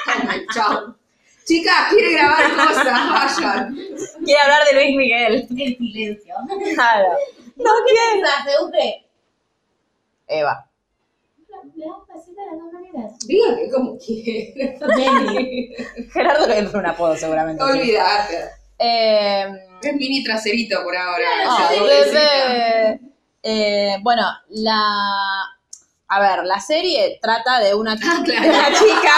[SPEAKER 5] Ay, Chao. Chicas, quiere grabar cosas, vayan.
[SPEAKER 4] Quiere hablar de Luis Miguel. [laughs]
[SPEAKER 6] El silencio.
[SPEAKER 4] Claro.
[SPEAKER 6] No, ¿qué pasa? Se busque.
[SPEAKER 4] Eva.
[SPEAKER 6] La- le da un pasito a las dos maneras.
[SPEAKER 5] Dígale como quiera.
[SPEAKER 4] [laughs] Gerardo le entra un apodo seguramente.
[SPEAKER 5] Olvídate.
[SPEAKER 4] Eh,
[SPEAKER 5] Es mini traserito por ahora.
[SPEAKER 4] ah,
[SPEAKER 5] o sea, dulcecita.
[SPEAKER 4] bebé. Eh, bueno, la... A ver, la serie trata de una,
[SPEAKER 5] Ah, claro.
[SPEAKER 4] de una chica...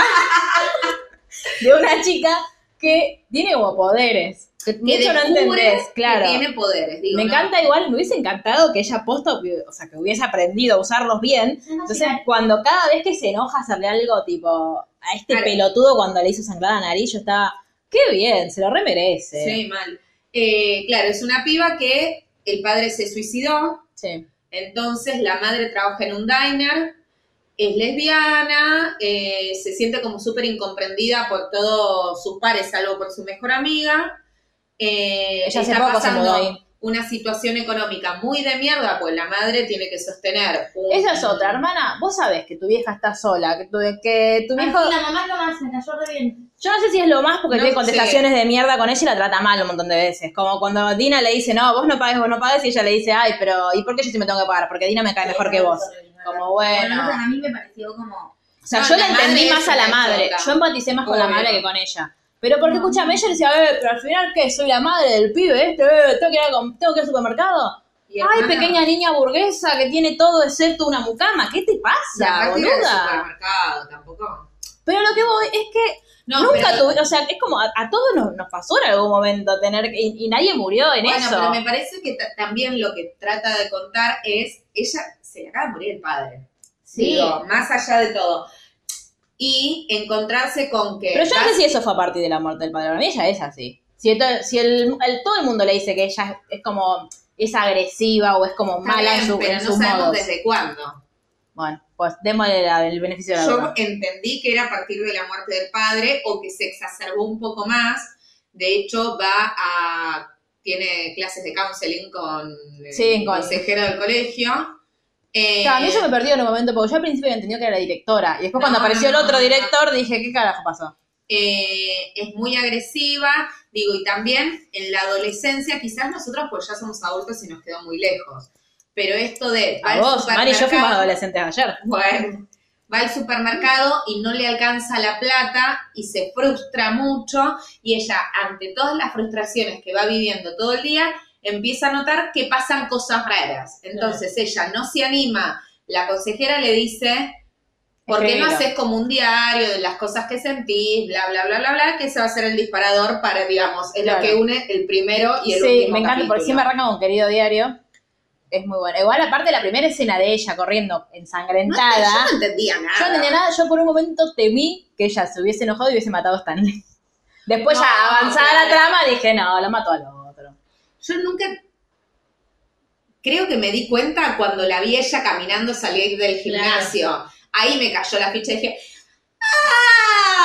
[SPEAKER 4] de una chica que tiene como poderes. Que
[SPEAKER 5] Que
[SPEAKER 4] mucho no
[SPEAKER 5] descubre
[SPEAKER 4] entendés,
[SPEAKER 5] que
[SPEAKER 4] claro.
[SPEAKER 5] tiene poderes. Digo,
[SPEAKER 4] Me
[SPEAKER 5] no,
[SPEAKER 4] encanta igual, me hubiese encantado que ella posta, o sea, que hubiese aprendido a usarlos bien. Entonces, cuando cada vez que se enoja hacerle algo tipo a este
[SPEAKER 5] Claro.
[SPEAKER 4] pelotudo cuando le hizo sangrar la nariz, yo estaba, qué bien, se lo remerece.
[SPEAKER 5] Sí, mal. Eh, claro, es una piba que el padre se suicidó,
[SPEAKER 4] Sí.
[SPEAKER 5] entonces la madre trabaja en un diner, es lesbiana, eh, se siente como súper incomprendida por todos sus pares, salvo por su mejor amiga. Eh,
[SPEAKER 4] Ella hace
[SPEAKER 5] está
[SPEAKER 4] poco se mudó
[SPEAKER 5] pasando
[SPEAKER 4] ahí.
[SPEAKER 5] una situación económica muy de mierda, pues la madre tiene que sostener. un-
[SPEAKER 4] Esa es otra, hermana. Vos sabés que tu vieja está sola, que tu, que tu viejo.
[SPEAKER 6] Ah, sí, la mamá es lo más, me cayó re bien.
[SPEAKER 4] Yo no sé si es lo más porque
[SPEAKER 5] No
[SPEAKER 4] tiene contestaciones de mierda con ella y la trata mal un montón de veces. Como cuando Dina le dice, no, vos no pagues, vos no pagues, y ella le dice, ay, pero ¿y por qué yo sí me tengo que pagar? Porque Dina me cae mejor que vos. Como
[SPEAKER 6] Bueno,
[SPEAKER 4] bueno.
[SPEAKER 6] a mí me pareció como.
[SPEAKER 4] O sea,
[SPEAKER 5] No,
[SPEAKER 4] yo
[SPEAKER 5] la
[SPEAKER 4] la entendí
[SPEAKER 5] madre
[SPEAKER 4] más
[SPEAKER 5] es
[SPEAKER 4] a la
[SPEAKER 5] una
[SPEAKER 4] madre.
[SPEAKER 5] chota.
[SPEAKER 4] Yo empaticé más con la
[SPEAKER 5] Obvio.
[SPEAKER 4] madre que con ella. Pero porque, escúchame, ella le decía, "Eh, pero al final, ¿qué? ¿Soy la madre del pibe este? eh, ¿Tengo que ir, a com- tengo que ir al supermercado?
[SPEAKER 5] Y
[SPEAKER 4] Ay,
[SPEAKER 5] hermana,
[SPEAKER 4] pequeña niña burguesa que tiene todo excepto una mucama. ¿Qué te
[SPEAKER 5] y
[SPEAKER 4] pasa,
[SPEAKER 5] aparte era del
[SPEAKER 4] boluda?
[SPEAKER 5] supermercado, tampoco.
[SPEAKER 4] Pero lo que voy es que
[SPEAKER 5] No,
[SPEAKER 4] nunca
[SPEAKER 5] pero-
[SPEAKER 4] tuve, o sea, es como a, a todos nos, nos pasó en algún momento tener, que- y, y nadie murió en
[SPEAKER 5] Bueno,
[SPEAKER 4] eso.
[SPEAKER 5] pero me parece que ta- también lo que trata de contar es, ella se le acaba de morir el padre.
[SPEAKER 6] Sí.
[SPEAKER 5] Digo, más allá de todo. Y encontrarse con que...
[SPEAKER 4] Pero yo no
[SPEAKER 5] vas-
[SPEAKER 4] sé si eso fue a partir de la muerte del padre. Para mí ella es así. Si, esto- si el, el- todo el mundo le dice que ella es como es agresiva o es como
[SPEAKER 5] Está
[SPEAKER 4] mala en,
[SPEAKER 5] bien,
[SPEAKER 4] su,
[SPEAKER 5] pero
[SPEAKER 4] en
[SPEAKER 5] no
[SPEAKER 4] sus
[SPEAKER 5] sabemos
[SPEAKER 4] modos.
[SPEAKER 5] desde cuándo.
[SPEAKER 4] Bueno, pues démosle la- el beneficio de la
[SPEAKER 5] Yo
[SPEAKER 4] duda.
[SPEAKER 5] entendí que era a partir de la muerte del padre o que se exacerbó un poco más. De hecho, va a... Tiene clases de counseling con el
[SPEAKER 4] Sí, con-
[SPEAKER 5] consejero del colegio. Eh,
[SPEAKER 4] Claro, a mí yo me perdí en un momento porque yo al principio había entendido que era la directora. Y después cuando
[SPEAKER 5] No,
[SPEAKER 4] apareció el
[SPEAKER 5] no,
[SPEAKER 4] otro
[SPEAKER 5] no.
[SPEAKER 4] director dije, ¿qué carajo pasó?
[SPEAKER 5] eh, es muy agresiva, digo, y también en la adolescencia, quizás nosotros pues ya somos adultos y nos quedó muy lejos, pero esto de... va
[SPEAKER 4] A
[SPEAKER 5] al
[SPEAKER 4] vos, Mari y yo fuimos
[SPEAKER 5] supermercado-
[SPEAKER 4] adolescentes ayer.
[SPEAKER 5] Bueno, va al supermercado y no le alcanza la plata y se frustra mucho y ella, ante todas las frustraciones que va viviendo todo el día, empieza a notar que pasan cosas raras. Entonces ella no se anima, la consejera le dice... ¿Por qué no
[SPEAKER 4] Escribilo.
[SPEAKER 5] haces como un diario de las cosas que sentís, bla, bla, bla, bla, bla? Que ese va a ser el disparador para, digamos, es
[SPEAKER 4] Claro.
[SPEAKER 5] lo que une el primero y el
[SPEAKER 4] Sí,
[SPEAKER 5] último
[SPEAKER 4] me encanta porque
[SPEAKER 5] capítulo.
[SPEAKER 4] siempre arranca con Querido Diario. Es muy bueno. Igual aparte la primera escena de ella corriendo
[SPEAKER 5] No, yo
[SPEAKER 4] ensangrentada.
[SPEAKER 5] no entendía nada.
[SPEAKER 4] Yo no entendía nada, yo por un momento temí que ella se hubiese enojado y hubiese matado a Stanley. Después ya
[SPEAKER 5] No,
[SPEAKER 4] avanzada
[SPEAKER 5] claro.
[SPEAKER 4] la trama dije, no, la mató al otro.
[SPEAKER 5] Yo nunca. Creo que me di cuenta cuando la vi ella caminando salir del gimnasio. Ahí me cayó la ficha y dije.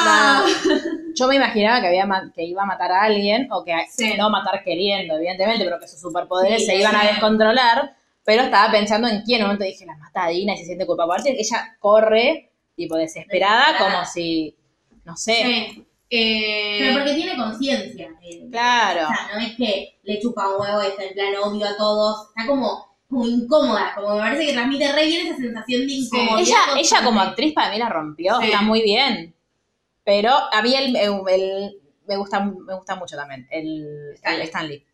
[SPEAKER 5] ¡Ah!
[SPEAKER 4] No. Yo me imaginaba que, había ma- que iba a matar a alguien, o que
[SPEAKER 5] Sí.
[SPEAKER 4] no matar queriendo, evidentemente, pero que sus superpoderes
[SPEAKER 5] Sí,
[SPEAKER 4] se iban a
[SPEAKER 5] sí.
[SPEAKER 4] descontrolar. Pero estaba pensando en quién. En un momento dije, la mata a Dina y se siente culpable. Aparte, ella corre, tipo, desesperada,
[SPEAKER 5] Desesperada.
[SPEAKER 4] como si, no sé.
[SPEAKER 5] Sí. Eh,
[SPEAKER 6] Pero porque tiene conciencia. eh.
[SPEAKER 4] Claro.
[SPEAKER 6] O sea, no es que le chupa un huevo, está en plan odio a todos. Está como, como incómoda. Como me parece que transmite re bien esa sensación de incomodidad.
[SPEAKER 4] Ella, ella como
[SPEAKER 6] constante.
[SPEAKER 4] actriz para mí la rompió,
[SPEAKER 5] Sí.
[SPEAKER 4] está muy bien. Pero a mí el, el- el- me, gusta, me gusta mucho también el
[SPEAKER 5] Stanley.
[SPEAKER 4] Stanley. Stanley.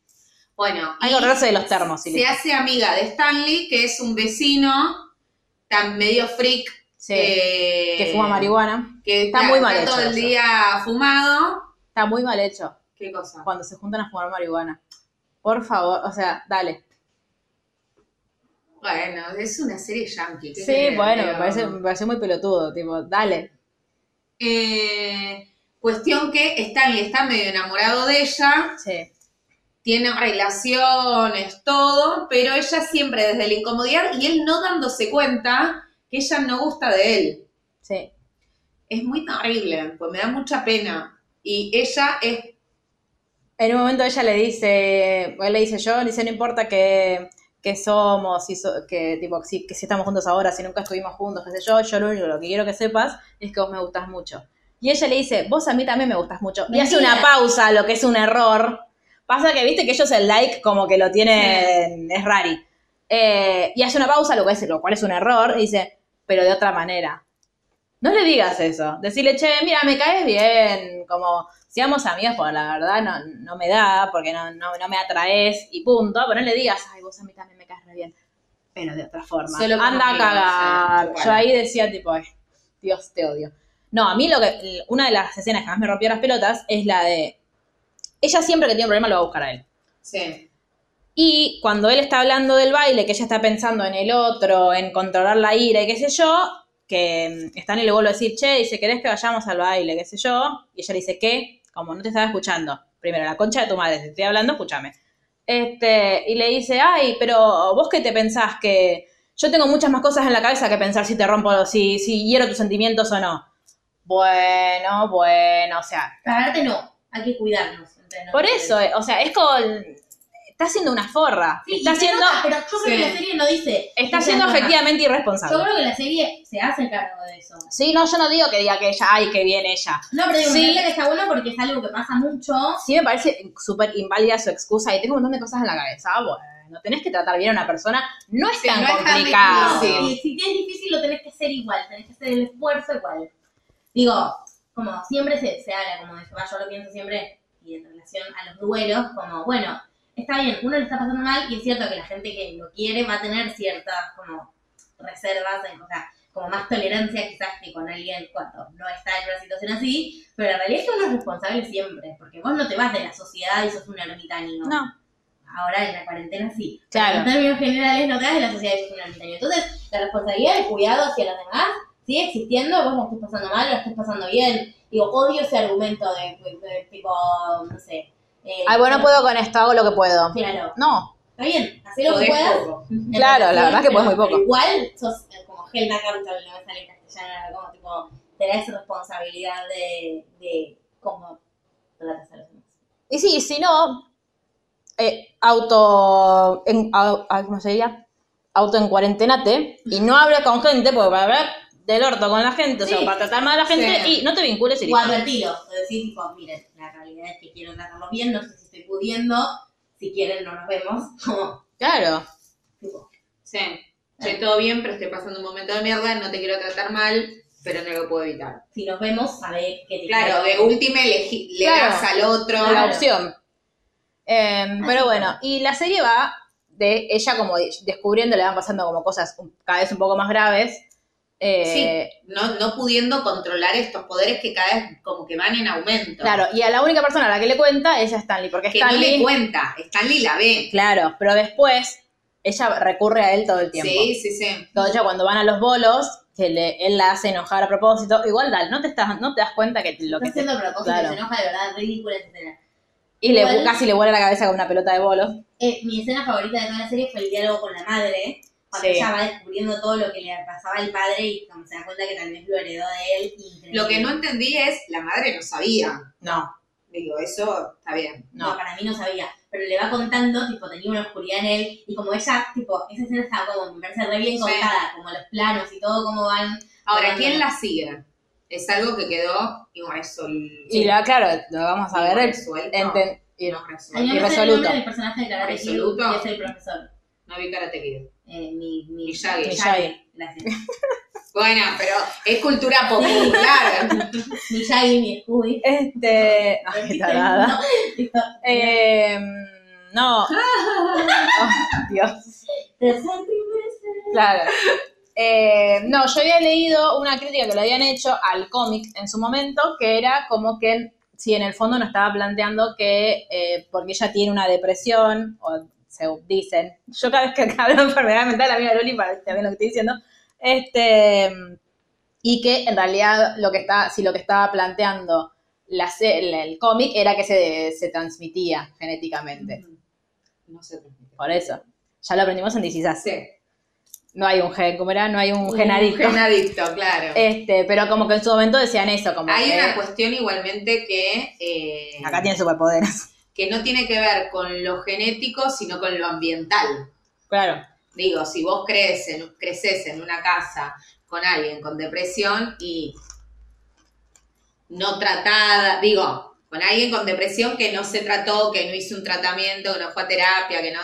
[SPEAKER 5] bueno.
[SPEAKER 4] Hay
[SPEAKER 5] y
[SPEAKER 4] que acordarse de los termos. sí.
[SPEAKER 5] Se hace amiga de Stanley, que es un vecino tan medio freak.
[SPEAKER 4] Sí,
[SPEAKER 5] eh,
[SPEAKER 4] que fuma marihuana.
[SPEAKER 5] que
[SPEAKER 4] Está muy mal hecho
[SPEAKER 5] todo el
[SPEAKER 4] eso.
[SPEAKER 5] día fumado.
[SPEAKER 4] Está muy mal hecho
[SPEAKER 5] ¿Qué cosa?
[SPEAKER 4] cuando se juntan a fumar marihuana. Por favor, o sea, dale.
[SPEAKER 5] Bueno, es una serie yankee. ¿qué
[SPEAKER 4] Sí,
[SPEAKER 5] querés?
[SPEAKER 4] bueno, me
[SPEAKER 5] Pero-
[SPEAKER 4] parece, me parece muy pelotudo, tipo, dale.
[SPEAKER 5] Eh, cuestión que Stanley está medio enamorado de ella,
[SPEAKER 4] Sí.
[SPEAKER 5] tiene relaciones, todo, pero ella siempre desde la incomodidad y él no dándose cuenta que ella no gusta de él.
[SPEAKER 4] Sí.
[SPEAKER 5] Es muy terrible, pues me da mucha pena. Y ella es,
[SPEAKER 4] En un momento ella le dice, él le dice yo, le dice, no importa que, que somos, si so- que tipo, si, que si estamos juntos ahora, si nunca estuvimos juntos, qué sé yo, yo lo único lo que quiero que sepas es que vos me gustas mucho. Y ella le dice, vos a mí también me gustas mucho. Y hace
[SPEAKER 6] Mentira.
[SPEAKER 4] una pausa, lo que es un error. Pasa que viste que ellos el like como que lo tienen, es rari. Eh, y hace una pausa, lo, que es, lo cual es un error, y dice, pero de otra manera. No le digas eso. Decirle, che, mira, me caes bien. Como, seamos amigos, porque pues, la verdad no, no me da, porque no, no, no me atraes y punto. Pero no le digas, ay, vos a mí también me caes re bien. Pero de otra forma.
[SPEAKER 5] Solo como
[SPEAKER 4] Anda a
[SPEAKER 5] amigos,
[SPEAKER 4] cagar.
[SPEAKER 5] sí, tal
[SPEAKER 4] Yo
[SPEAKER 5] cual.
[SPEAKER 4] ahí decía, tipo, ay, Dios, te odio. No, a mí lo que. Una de las escenas que más me rompió las pelotas es la de. Ella siempre que tiene un problema lo va a buscar a él.
[SPEAKER 5] Sí.
[SPEAKER 4] Y cuando él está hablando del baile, que ella está pensando en el otro, en controlar la ira y qué sé yo, que mm, está en el vuelvo a decir, che, dice, ¿querés que vayamos al baile? ¿Qué sé yo? Y ella le dice, ¿qué? Como no te estaba escuchando. Primero, la concha de tu madre, te estoy hablando, escúchame. Este, y le dice, ay, pero vos qué te pensás que yo tengo muchas más cosas en la cabeza que pensar si te rompo, si, si hiero tus sentimientos o no. Bueno, bueno, o sea,
[SPEAKER 6] Cagarte no, hay que cuidarnos. ¿entendés?
[SPEAKER 4] por eso, eh, o sea, es con... Está haciendo una forra.
[SPEAKER 6] Sí, y
[SPEAKER 4] está
[SPEAKER 6] se
[SPEAKER 4] haciendo...
[SPEAKER 6] nota, pero yo creo
[SPEAKER 5] Sí.
[SPEAKER 6] que la serie no dice.
[SPEAKER 4] Está
[SPEAKER 6] Esas
[SPEAKER 4] siendo
[SPEAKER 6] cosas.
[SPEAKER 4] efectivamente
[SPEAKER 6] Yo
[SPEAKER 4] irresponsable.
[SPEAKER 6] creo que la serie se hace cargo de eso.
[SPEAKER 4] Sí, no, yo no digo que diga que ella, ay, que bien ella.
[SPEAKER 6] No, pero digo,
[SPEAKER 4] Sí.
[SPEAKER 6] me parece que está bueno porque es algo que pasa mucho.
[SPEAKER 4] Sí me parece súper inválida su excusa y tengo un montón de cosas en la cabeza. Ah, Bueno, tenés que tratar bien a una persona. No es
[SPEAKER 5] Sí,
[SPEAKER 4] tan
[SPEAKER 5] no es tan
[SPEAKER 4] complicado.
[SPEAKER 5] difícil.
[SPEAKER 6] Y si te es difícil, lo tenés que hacer igual, tenés que hacer el esfuerzo igual. Digo, como siempre se, se habla, como de yo, yo lo pienso siempre, y en relación a los duelos, como, bueno, está bien, uno le está pasando mal, y es cierto que la gente que lo quiere va a tener ciertas, como, reservas, en- o sea, como más tolerancia quizás que con alguien cuando no está en una situación así, pero la realidad es que uno es responsable siempre, porque vos no te vas de la sociedad y sos un ermitaño
[SPEAKER 4] No.
[SPEAKER 6] ahora en la cuarentena sí.
[SPEAKER 4] Claro.
[SPEAKER 6] Pero En términos generales, no te das de la sociedad que es un ermitaño. Entonces, la responsabilidad del cuidado hacia los demás sigue existiendo, vos la estás pasando mal, la estás pasando bien. Digo, odio ese argumento de, de- de tipo, no sé. eh,
[SPEAKER 4] Ay, bueno, puedo con esto, hago lo que puedo.
[SPEAKER 6] Claro,
[SPEAKER 4] No.
[SPEAKER 6] está bien, hacé lo que
[SPEAKER 5] Podés
[SPEAKER 6] puedas.
[SPEAKER 5] poco.
[SPEAKER 4] Claro, la
[SPEAKER 6] Pero
[SPEAKER 4] verdad es que podés muy poco.
[SPEAKER 6] Igual sos eh, como Helda Carlton, no me sale en castellano, era como tipo, tenés responsabilidad de, de cómo tratas a los demás.
[SPEAKER 4] Y sí, si no, eh, auto. En, au- ay, ¿Cómo se diría? Auto en cuarentenate y no hables con gente, porque para hablar del orto con la gente, o
[SPEAKER 6] Sí.
[SPEAKER 4] sea, para tratar mal a la gente
[SPEAKER 5] Sí.
[SPEAKER 4] y no te vincules y
[SPEAKER 6] O
[SPEAKER 4] listo.
[SPEAKER 6] advertirlo, o decir tipo, miren, la realidad es que quiero tratarlo bien, no sé si estoy pudiendo, si quieren no nos vemos, [laughs] como,
[SPEAKER 4] Claro.
[SPEAKER 6] tipo,
[SPEAKER 5] Sí. Che, todo bien, pero estoy pasando un momento de mierda, no te quiero tratar mal, pero no lo puedo evitar.
[SPEAKER 6] si nos vemos, sabe que te
[SPEAKER 5] Claro, de
[SPEAKER 6] quiero.
[SPEAKER 5] última elegí- le
[SPEAKER 4] Claro.
[SPEAKER 5] das al otro.
[SPEAKER 4] la opción. Eh, pero bueno, y la serie va de ella como descubriendo, le van pasando como cosas un- cada vez un poco más graves. Eh,
[SPEAKER 5] No, no pudiendo controlar estos poderes que cada vez como que van en aumento.
[SPEAKER 4] Claro, y a la única persona a la que le cuenta es a Stanley, porque
[SPEAKER 5] Que no
[SPEAKER 4] Stanley...
[SPEAKER 5] le cuenta, Stanley la ve.
[SPEAKER 4] claro, pero después ella recurre a él todo el tiempo.
[SPEAKER 5] Sí, sí, sí.
[SPEAKER 4] Entonces ella cuando van a los bolos, que le- él la hace enojar a propósito, igual dale, no te, estás, no te das cuenta que lo
[SPEAKER 6] Está
[SPEAKER 4] que... te-
[SPEAKER 6] haciendo a propósito,
[SPEAKER 4] claro.
[SPEAKER 6] se enoja de verdad, es ridícula esa escena.
[SPEAKER 4] y le,
[SPEAKER 6] Igual-
[SPEAKER 4] casi le vuela la cabeza con una pelota de bolos.
[SPEAKER 6] Eh, mi escena favorita de toda la serie fue el diálogo con la madre, cuando
[SPEAKER 4] Sí.
[SPEAKER 6] ella va descubriendo todo lo que le pasaba al padre y como se da cuenta que tal vez lo heredó de él. y-
[SPEAKER 5] Lo que no entendí es, la madre no sabía.
[SPEAKER 4] No,
[SPEAKER 5] Digo, eso está bien.
[SPEAKER 6] No.
[SPEAKER 4] no.
[SPEAKER 6] para mí no sabía. Pero le va contando, tipo, tenía una oscuridad en él. Y como ella, tipo, esa escena estaba como, me parece re bien
[SPEAKER 5] Sí.
[SPEAKER 6] contada. Como los planos y todo, cómo van.
[SPEAKER 5] Ahora,
[SPEAKER 6] Bueno.
[SPEAKER 5] ¿quién la sigue? Es algo que quedó, digo, resol-
[SPEAKER 4] Y la, claro, lo vamos a ver.
[SPEAKER 5] resuelto.
[SPEAKER 4] enten- y-
[SPEAKER 5] No, resuelto.
[SPEAKER 6] Ay, no me sale el
[SPEAKER 4] Irresoluto.
[SPEAKER 6] nombre del personaje de Karate Kid,
[SPEAKER 5] Resoluto.
[SPEAKER 6] que es el profesor.
[SPEAKER 5] No vi Karate Kid.
[SPEAKER 6] Eh, mi, mi,
[SPEAKER 5] Miyagi.
[SPEAKER 4] Miyagi.
[SPEAKER 6] Gracias.
[SPEAKER 5] Bueno, pero es cultura popular.
[SPEAKER 4] [laughs]
[SPEAKER 6] Miyagi, mi Scooby.
[SPEAKER 4] Este. Ay, qué tarada.
[SPEAKER 6] No, tipo,
[SPEAKER 4] Eh, no. Oh, Dios.
[SPEAKER 6] te sorprendes.
[SPEAKER 4] Claro. Eh, no, yo había leído una crítica que le habían hecho al cómic en su momento, que era como que si en el fondo no estaba planteando que eh, porque ella tiene una depresión, o se dicen, yo cada vez que [laughs] hablo de enfermedad mental, amiga Loli, para que te vean lo que estoy diciendo, este, y que en realidad lo que está, si lo que estaba planteando la se- el, el cómic era que se, se transmitía genéticamente.
[SPEAKER 5] No se transmite.
[SPEAKER 4] Por eso. Ya lo aprendimos en 16.
[SPEAKER 5] Sí.
[SPEAKER 4] No hay un gen, como era, no hay un gen adicto.
[SPEAKER 5] Un adicto, claro.
[SPEAKER 4] Este, pero como que en su momento decían eso, como
[SPEAKER 5] Hay
[SPEAKER 4] que
[SPEAKER 5] una cuestión igualmente que, eh,
[SPEAKER 4] eh. acá tiene superpoderes.
[SPEAKER 5] que no tiene que ver con lo genético, sino con lo ambiental.
[SPEAKER 4] Claro.
[SPEAKER 5] Digo, si vos crees en, creces en una casa con alguien con depresión y no tratada, digo, con alguien con depresión que no se trató, que no hizo un tratamiento, que no fue a terapia, que no,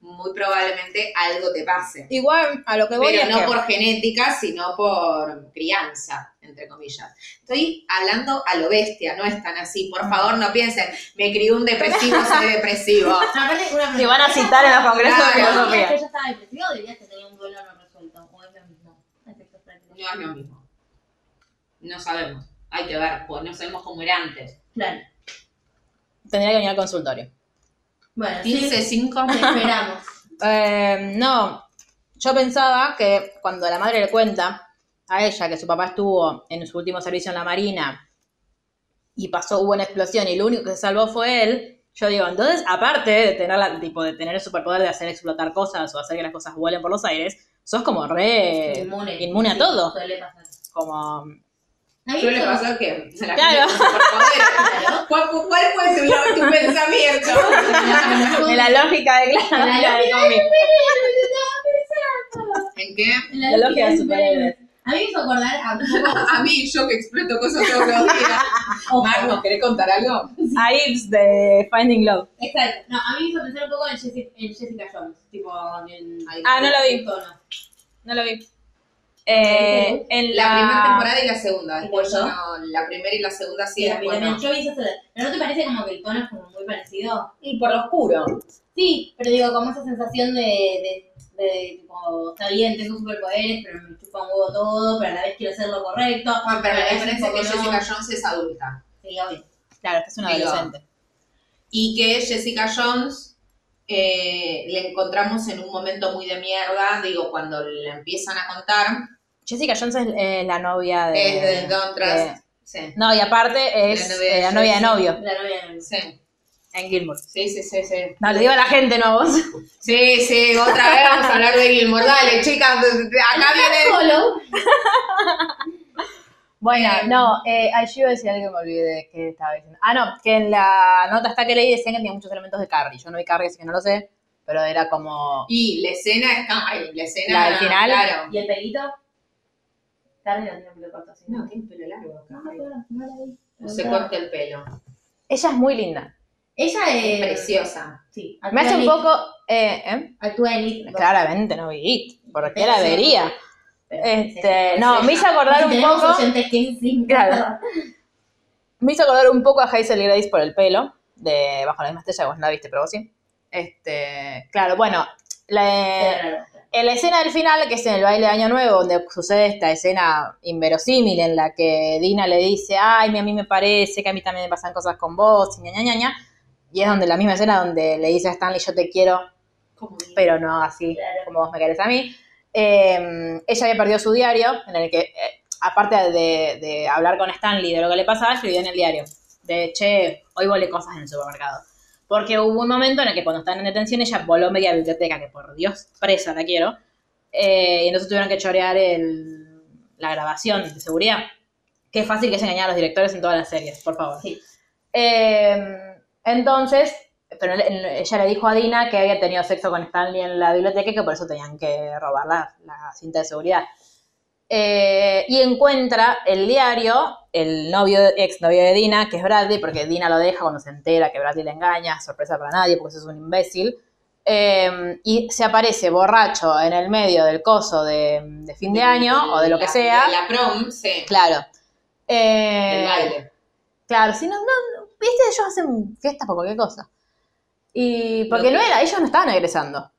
[SPEAKER 5] muy probablemente algo te pase.
[SPEAKER 4] Igual a lo que voy
[SPEAKER 5] Pero
[SPEAKER 4] es
[SPEAKER 5] no
[SPEAKER 4] que-
[SPEAKER 5] por genética, sino por crianza, entre comillas. Estoy hablando a lo bestia, no es tan así. Por favor, no piensen, me crió un depresivo, soy depresivo.
[SPEAKER 6] Aparte, una
[SPEAKER 4] Te van a citar en los congresos de
[SPEAKER 5] Claro.
[SPEAKER 6] ¿Dirías que
[SPEAKER 4] filosofía.
[SPEAKER 6] ella estaba depresiva o dirías que tenía un duelo no resuelto? ¿O es lo mismo? Efectos prácticos.
[SPEAKER 5] No es lo mismo. No sabemos. Hay que ver, pues no sabemos cómo era antes.
[SPEAKER 6] Claro.
[SPEAKER 4] Tendría que venir al consultorio.
[SPEAKER 6] Bueno, sí,
[SPEAKER 5] 15, 5.
[SPEAKER 6] te [laughs]
[SPEAKER 4] [laughs]
[SPEAKER 6] esperamos.
[SPEAKER 4] Eh, no, yo pensaba que cuando la madre le cuenta a ella que su papá estuvo en su último servicio en la Marina y pasó, hubo una explosión y lo único que se salvó fue él, yo digo, entonces, aparte de tener, la- tipo, de tener el superpoder de hacer explotar cosas o hacer que las cosas vuelen por los aires, sos como re
[SPEAKER 6] Inmune.
[SPEAKER 4] Eh, inmune a
[SPEAKER 6] Sí,
[SPEAKER 4] todo.
[SPEAKER 6] Suele pasar.
[SPEAKER 4] Como,
[SPEAKER 6] ¿No hay
[SPEAKER 5] Suele
[SPEAKER 6] eso?
[SPEAKER 5] pasar que se la
[SPEAKER 4] Claro.
[SPEAKER 5] gente dice, por favor, ¿Cuál, cuál fue tu, tu
[SPEAKER 4] [laughs]
[SPEAKER 5] pensamiento?
[SPEAKER 4] de la lógica de Clara, [laughs]
[SPEAKER 6] La
[SPEAKER 4] mira, de cómic.
[SPEAKER 5] ¿En qué?
[SPEAKER 6] La
[SPEAKER 4] La lógica de superhéroes.
[SPEAKER 6] A mí me hizo acordar a un poco
[SPEAKER 5] A mí, yo que exploto cosas todos los días.
[SPEAKER 6] Ojo.
[SPEAKER 5] Marno, ¿querés contar algo?
[SPEAKER 4] A Ives de Finding Love.
[SPEAKER 6] Exacto. No, a mí me hizo pensar un poco en Jessica, en Jessica Jones. Tipo, en.
[SPEAKER 4] Ah, no la vi.
[SPEAKER 6] No, no.
[SPEAKER 4] No lo vi. Eh, en
[SPEAKER 5] La
[SPEAKER 4] la,
[SPEAKER 5] primera temporada y la segunda. Después
[SPEAKER 6] ¿Y la
[SPEAKER 5] yo no, la primera y la segunda sí,
[SPEAKER 6] Sí, la
[SPEAKER 5] después
[SPEAKER 6] pirámide.
[SPEAKER 5] no.
[SPEAKER 6] Yo vi esa serie. Pero no te parece como que el tono es como muy parecido.
[SPEAKER 5] Y por lo oscuro.
[SPEAKER 6] Sí, pero digo, como esa sensación de. de de, tipo, está bien, tengo superpoderes, pero me chupa un huevo todo, pero a la vez quiero hacer lo correcto.
[SPEAKER 5] Bueno, Ah, pero la
[SPEAKER 6] a la vez
[SPEAKER 5] diferencia es
[SPEAKER 6] un
[SPEAKER 5] que
[SPEAKER 6] poco no.
[SPEAKER 5] Jessica Jones es adulta.
[SPEAKER 6] Sí, obvio.
[SPEAKER 4] Claro, esta es una
[SPEAKER 5] Digo,
[SPEAKER 4] adolescente.
[SPEAKER 5] Y que Jessica Jones eh, le encontramos en un momento muy de mierda, digo, cuando le empiezan a contar.
[SPEAKER 4] Jessica Jones es eh, la novia de.
[SPEAKER 5] Es de Don
[SPEAKER 4] de-
[SPEAKER 5] Trust. Sí.
[SPEAKER 4] no, y aparte es
[SPEAKER 5] La
[SPEAKER 4] eh, la
[SPEAKER 5] novia de
[SPEAKER 4] novia de, novio
[SPEAKER 6] La novia no.
[SPEAKER 5] Sí.
[SPEAKER 4] en Gilmore.
[SPEAKER 5] Sí, sí, sí, sí.
[SPEAKER 4] No, le digo a la gente, no a
[SPEAKER 5] [laughs]
[SPEAKER 4] vos.
[SPEAKER 5] Sí, sí, otra vez vamos a hablar de Gilmore. Dale, chicas, acá viene.
[SPEAKER 6] Solo.
[SPEAKER 4] Bueno,
[SPEAKER 5] Eh,
[SPEAKER 4] no, eh, ay, yo iba a decir algo que me olvidé que estaba diciendo. Ah, no, que en la nota hasta que leí decían que tenía muchos elementos de Carrie. Yo no vi Carrie, así que no lo sé, pero era como.
[SPEAKER 5] Y la escena es. Ay, la escena.
[SPEAKER 4] La del final.
[SPEAKER 5] Ah, Claro.
[SPEAKER 6] ¿Y el pelito? Carmen no tiene un pelo corto así.
[SPEAKER 5] No, tiene pelo largo
[SPEAKER 6] No
[SPEAKER 5] acá.
[SPEAKER 6] me acuerdo, no la vi.
[SPEAKER 5] No se corta el pelo.
[SPEAKER 4] Ella es muy linda.
[SPEAKER 6] Ella es.
[SPEAKER 5] Preciosa.
[SPEAKER 6] Sí.
[SPEAKER 4] Me hace un
[SPEAKER 6] actúa en It.
[SPEAKER 4] poco. Eh, ¿eh?
[SPEAKER 6] Actúa en It.
[SPEAKER 4] Claramente no vi It, porque la vería.
[SPEAKER 6] Pero-
[SPEAKER 4] Este, no, me hizo acordar
[SPEAKER 6] Si
[SPEAKER 4] un
[SPEAKER 6] tenemos
[SPEAKER 4] poco.
[SPEAKER 6] oyentes que sí.
[SPEAKER 4] Claro. Me hizo acordar un poco a Hazel Grace por el pelo, de Bajo la misma estrella, vos no la viste, pero vos sí. Este, claro, bueno, la,
[SPEAKER 6] Pero-
[SPEAKER 4] en la escena del final, que es en el baile de Año Nuevo, donde sucede esta escena inverosímil en la que Dina le dice, ay, a mí me parece que a mí también me pasan cosas con vos, y ña, ña, ña, ña. Y es donde la misma escena donde le dice a Stanley, yo te quiero,
[SPEAKER 5] Como bien.
[SPEAKER 4] pero no así
[SPEAKER 6] Claro.
[SPEAKER 4] como vos me querés a mí. Eh, ella había perdido su diario, en el que, eh, aparte de, de hablar con Stanley de lo que le pasaba, escribió en el diario. De, che, hoy volé cosas en el supermercado. Porque hubo un momento en el que cuando estaban en detención, ella voló media biblioteca, que por Dios, presa la quiero. Eh, y entonces tuvieron que chorear el- la grabación de seguridad. Qué fácil que es engañar a los directores en todas las series, por favor.
[SPEAKER 6] Sí.
[SPEAKER 4] Eh, entonces, pero le- en- ella le dijo a Dina que había tenido sexo con Stanley en la biblioteca y que por eso tenían que robar la, la cinta de seguridad. Eh, y encuentra el diario, el novio, ex novio de Dina, que es Bradley, porque Dina lo deja cuando se entera que Bradley le engaña, sorpresa para nadie, porque eso es un imbécil. Eh, y se aparece borracho en el medio del coso de, de fin de año o de lo que
[SPEAKER 5] La-
[SPEAKER 4] sea.
[SPEAKER 5] de La prom, sí.
[SPEAKER 4] Claro. Eh,
[SPEAKER 5] Del baile.
[SPEAKER 4] Claro, si no, no, viste, ellos hacen fiestas por cualquier cosa. Y porque
[SPEAKER 5] Lo
[SPEAKER 4] no era, ellos no estaban egresando.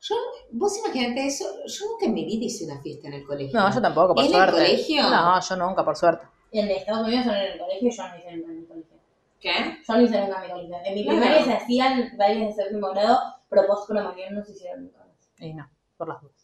[SPEAKER 5] Yo, vos imaginate eso, yo nunca en mi vida hice una fiesta en el colegio.
[SPEAKER 4] No, yo tampoco, por
[SPEAKER 5] ¿En el
[SPEAKER 4] suerte.
[SPEAKER 5] colegio?
[SPEAKER 4] No, yo nunca, por suerte.
[SPEAKER 6] En Estados Unidos o en el colegio, yo no hice nunca en el colegio.
[SPEAKER 5] ¿Qué?
[SPEAKER 6] Yo no hice nunca en mi colegio. En mi
[SPEAKER 5] Claro.
[SPEAKER 6] primaria se hacían bailes de séptimo grado, pero vos con la mañana no se hicieron nunca.
[SPEAKER 4] Y no, por las dudas.